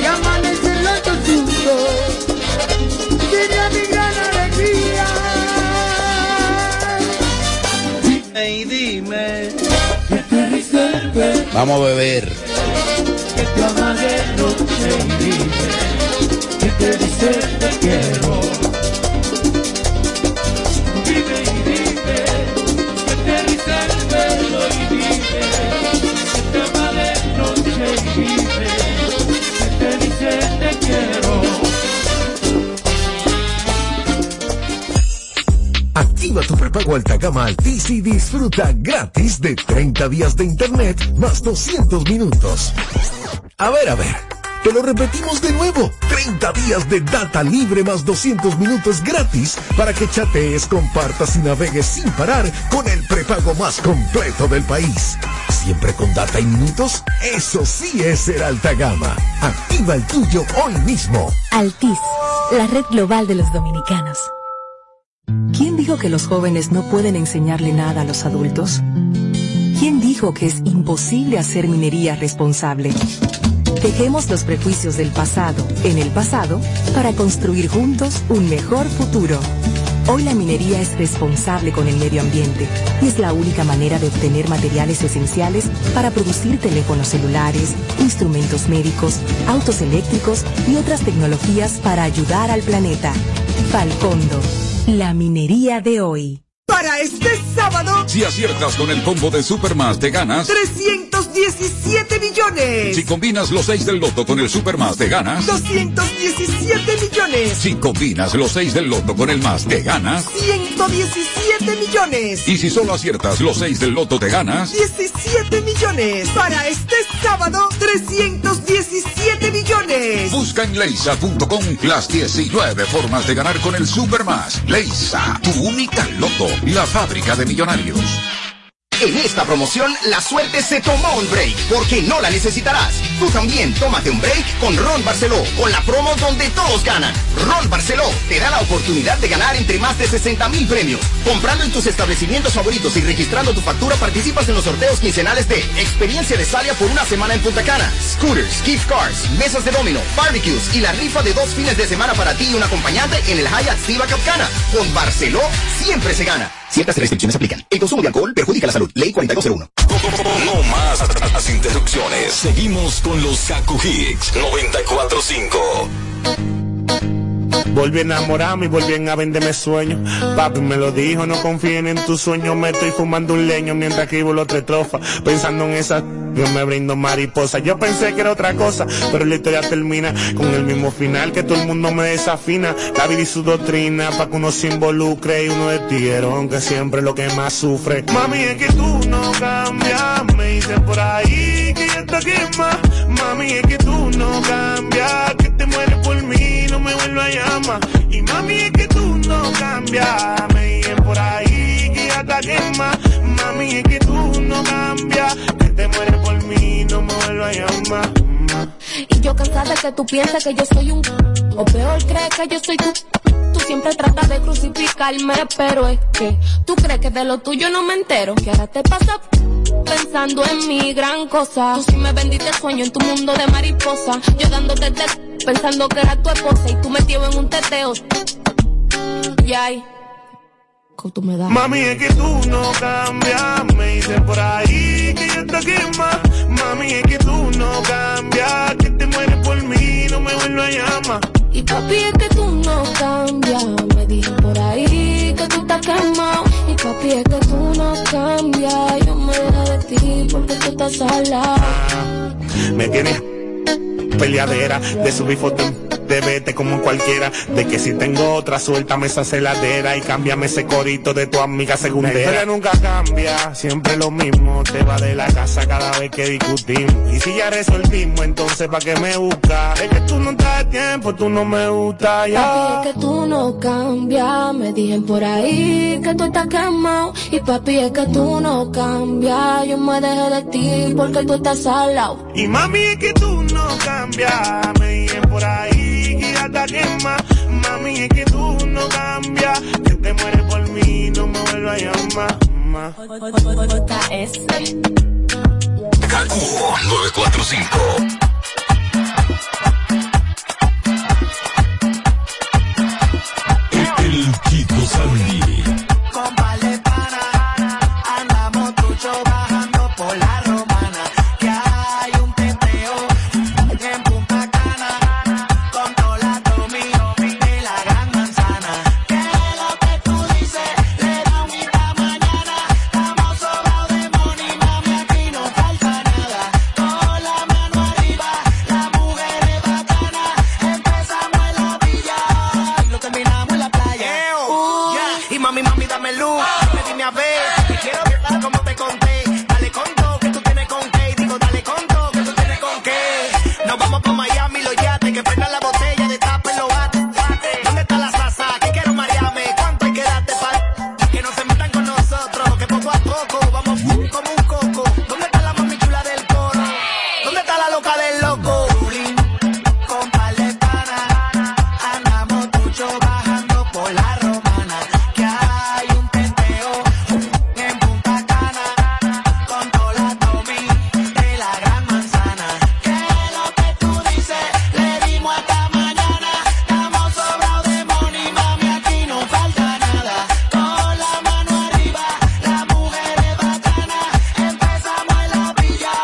[SPEAKER 5] Y amanece el otro suyo. Sería mi gran alegría.
[SPEAKER 34] Y dime.
[SPEAKER 2] Vamos a beber.
[SPEAKER 5] Que te ama de noche y dime. Que te dice te quiero. Dime y dime. Que te riza el pelo y dime. Que te ama de noche y dime. Que te dice te quiero.
[SPEAKER 13] Activa tu prepago alta gama Altis y disfruta gratis de 30 días de internet más 200 minutos. A ver, a ver. Te lo repetimos de nuevo. 30 días de data libre más 200 minutos gratis para que chatees, compartas y navegues sin parar con el prepago más completo del país. Siempre con data y minutos, eso sí es ser alta gama. Activa el tuyo hoy mismo.
[SPEAKER 35] Altis, la red global de los dominicanos.
[SPEAKER 36] ¿Quién dijo que los jóvenes no pueden enseñarle nada a los adultos? ¿Quién dijo que es imposible hacer minería responsable? Dejemos los prejuicios del pasado en el pasado para construir juntos un mejor futuro. Hoy la minería es responsable con el medio ambiente y es la única manera de obtener materiales esenciales para producir teléfonos celulares, instrumentos médicos, autos eléctricos y otras tecnologías para ayudar al planeta. Falcondo, la minería de hoy.
[SPEAKER 37] Para este sábado,
[SPEAKER 38] Si aciertas con el combo de Supermas, te ganas.
[SPEAKER 37] 317 millones.
[SPEAKER 38] Si combinas los 6 del loto con el Supermas, te ganas.
[SPEAKER 37] 217 millones.
[SPEAKER 38] Si combinas los 6 del loto con el más, te ganas.
[SPEAKER 37] 117 millones.
[SPEAKER 38] Y si solo aciertas los 6 del loto, te ganas.
[SPEAKER 37] 17 millones. Para este sábado, 317 millones.
[SPEAKER 38] Busca en leisa.com las 19 formas de ganar con el Supermas. Leisa, tu única loto, la fábrica de millonarios.
[SPEAKER 21] En esta promoción, la suerte se tomó un break, porque no la necesitarás. Tú también tómate un break con Ron Barceló, con la promo donde todos ganan. Ron Barceló te da la oportunidad de ganar entre más de 60 mil premios. Comprando en tus establecimientos favoritos y registrando tu factura, participas en los sorteos quincenales de Experiencia de Salia por una semana en Punta Cana, Scooters, Gift Cars, Mesas de Domino, Barbecues y la rifa de dos fines de semana para ti y un acompañante en el Hyatt Ziva Capcana. Con Barceló siempre se gana. Ciertas restricciones aplican. El consumo de alcohol perjudica la salud. Ley 4201.
[SPEAKER 39] No más las interrupciones. Seguimos con los Kaku Hicks 945.
[SPEAKER 40] Volví a enamorarme y volví a venderme sueños. Papi me lo dijo, no confíen en tus sueños. Me estoy fumando un leño mientras escribo los tres trofas. Pensando en esa, yo me brindo mariposa. Yo pensé que era otra cosa, pero la historia termina con el mismo final que todo el mundo me desafina. La vida y su doctrina, pa' que uno se involucre y uno de tiguerón, que siempre es lo que más sufre. Mami, es que tú no cambias, me dice por ahí que ya está quema. Mami, es que tú no cambias, que te mueres por mí, no me vuelvas a llamar. Y mami, es que tú no cambias, me dicen por ahí que ya está quema. Mami, es que tú no cambias, que te mueres por mí, no me vuelvas a llamar.
[SPEAKER 41] Y yo cansada que tú piensas que yo soy un O peor crees que yo soy tú Tú siempre tratas de crucificarme Pero es que tú crees que de lo tuyo no me entero Que ahora te pasa pensando en mi gran cosa Tú sí me vendiste el sueño en tu mundo de mariposa Yo dándote te pensando que era tu esposa Y tú metido en un teteo Y ay, que tú me das
[SPEAKER 40] Mami, es que tú no cambias, me dicen por ahí que ya te quema. Mami, es que tú no cambias, que te mueres por mí, no me vuelvas a llamar.
[SPEAKER 41] Y papi, es que tú no cambias. Me dije por ahí que tú estás quemado. Y papi, es que tú no cambias. Yo me dejo de ti porque tú estás sola.
[SPEAKER 40] Me tienes peleadera de subir foto en te vete como cualquiera. De que si tengo otra, suéltame esa celadera y cámbiame ese corito de tu amiga segundera. La historia nunca cambia, siempre lo mismo. Te va de la casa cada vez que discutimos. Y si ya resolvimos, entonces ¿pa' qué me buscas? Es que tú no traes tiempo, tú no me gustas ya.
[SPEAKER 41] Papi, es que tú no cambias. Me dicen por ahí que tú estás quemado. Y papi, es que tú no cambias. Yo me dejé de ti porque tú estás al lado.
[SPEAKER 40] Y mami, es que tú no cambias. Me dicen por ahí que ya está quemado. Mami, es que tú no cambias. Que te mueres por mí, no me vuelvas a llamar. ma.
[SPEAKER 38] KQ 945. El Quito Sandy.
[SPEAKER 5] Con pana, andamos trucho bajando por la romana. Que hay un teteo en Punta Cana. Controla tu mío, de la gran manzana. Que lo que tú dices le da un guita mañana. Estamos sobrados de money, mami, aquí no falta nada. Con la mano arriba, la mujer es bacana. Empezamos en la villa y lo terminamos en la playa.
[SPEAKER 42] Uh,
[SPEAKER 5] Ya, Y mami, mami, dame luz. Me dime a ver. Te quiero violar como te conté. Dale con todo que tú tienes con qué. Digo, dale con todo que tú tienes con qué. Nos vamos pa' Miami, los yates. Que prendan la botella, destapen los bates. ¿Dónde está la salsa? Que quiero marearme. ¿Cuánto hay que darte pa' que no se metan con nosotros? Que poco a poco vamos como un coco. ¿Dónde está la mami chula del coro? ¿Dónde está la loca del loco? Con par de pana, andamos tucho bajando por la romana. Que hay un tenteo en Punta Cana, controla Tommy de la gran manzana. Que lo que tú dices le dimos hasta mañana. Estamos sobrados de money, mami, aquí no falta nada. Con la mano arriba, la mujer es bacana. Empezamos en la villa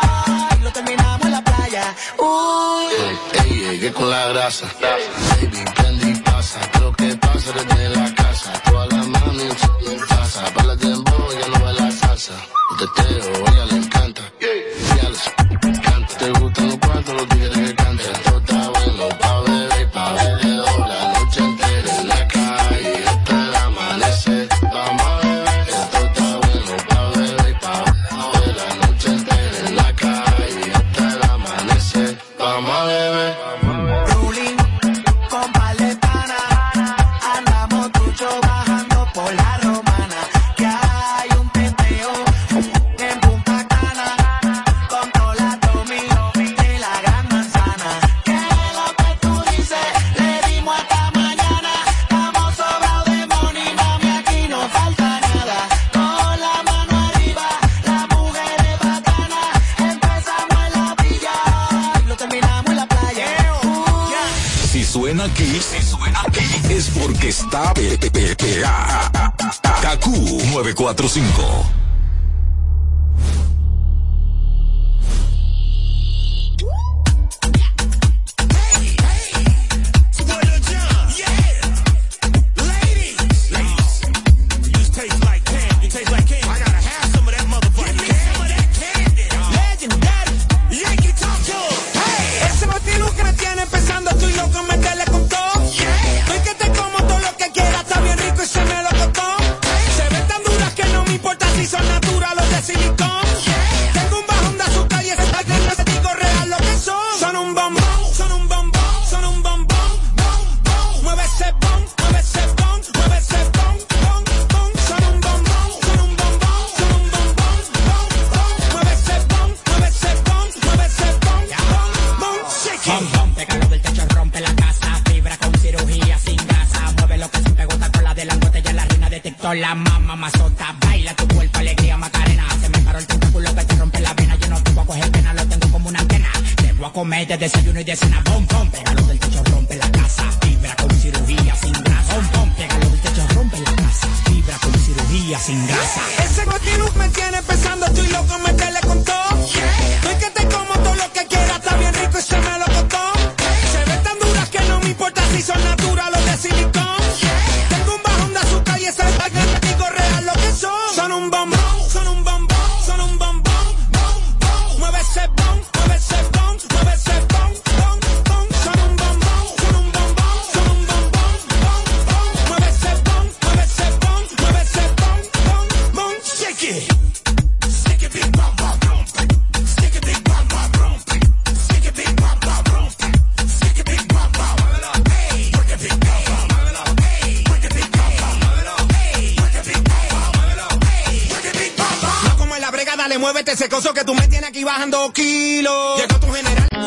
[SPEAKER 5] y lo terminamos en la playa. Uy.
[SPEAKER 43] Ey, llegué con la grasa. Baby, prendí y pasa. Creo que pasa desde la casa. Toda la mami un chulo en casa. Para el dembow, ya no va la salsa. Te teteo, a ella le encanta. Ya le encanta. Te gustan los cuantos, los tigres que cantan. Esto está bueno pa' beber y pa' bebedor. La noche entera en la calle hasta el amanecer. Vamos a beber. Esto está bueno pa' beber y pa' beber. La noche entera en la calle hasta el amanecer. Vamos a beber.
[SPEAKER 5] Ruling con pal de pana, andamos trucho bajando por la romana. Que hay un teteo en Punta Cana, controla Tommy de la gran manzana. Que lo que tú dices le dimos hasta mañana. Estamos sobrados de money, mami, aquí no falta nada. Con la mano arriba, la mujer es bacana. Empezamos en la villa y lo terminamos en la playa.
[SPEAKER 38] Si suena aquí, si suena aquí, es porque está PPPA. KQ 945.
[SPEAKER 5] Ese motivo que tiene empezando, estoy loco en meterle con todo. Estoy que te como todo lo que quieras, está bien rico y se me lo costó. Se ven tan duras que no me importa si son naturales o de silicón. Tengo un bajón de azúcar y ese tal que no se digo real lo que son. Son un bombón, son un bombón, son un bombón. Bom, bom, mueve ese bom, mueve ese bom, mueve ese bom, bom, bom. Son un bombón, son un bombón, son un bombón, bom, bom. Mueve ese bom, mueve ese bom, mueve ese bom, bom. Bom, bom, te calo del techo, rompe la casa. Fibra con cirugía sin grasa. Mueve lo que siempre gusta con la de la botella, la reina de TikTok, la mamá mazota. Baila tu cuerpo, alegría, macarena. Se me paró el tentáculo que te rompe la vena. Yo no te voy a coger pena, lo tengo como una antena. Te voy a comer de desayuno y de cena. Bom, bom, pégalo del techo, rompe la casa. Fibra con cirugía sin grasa. Bom, bom, pégalo del techo, rompe la casa. Fibra con cirugía sin grasa.
[SPEAKER 42] Ese Guatiluz me tiene pensando, estoy loco en meterle con todo.
[SPEAKER 5] Estoy que te como todo lo que quieras, está bien rico y se me lo costó. Se ven tan duras que no me importa si son naturales o de silicón. Tengo un bajón de azúcar y ese tal que te digo real lo que son. Son un bombón, son un bombón, son un bombón, bom, bom. Mueve ese bom, mueve ese bom, mueve ese bom, bom, bom. Son un bombón, son un bombón,
[SPEAKER 16] acoso que tú me tienes aquí bajando kilos. Llegó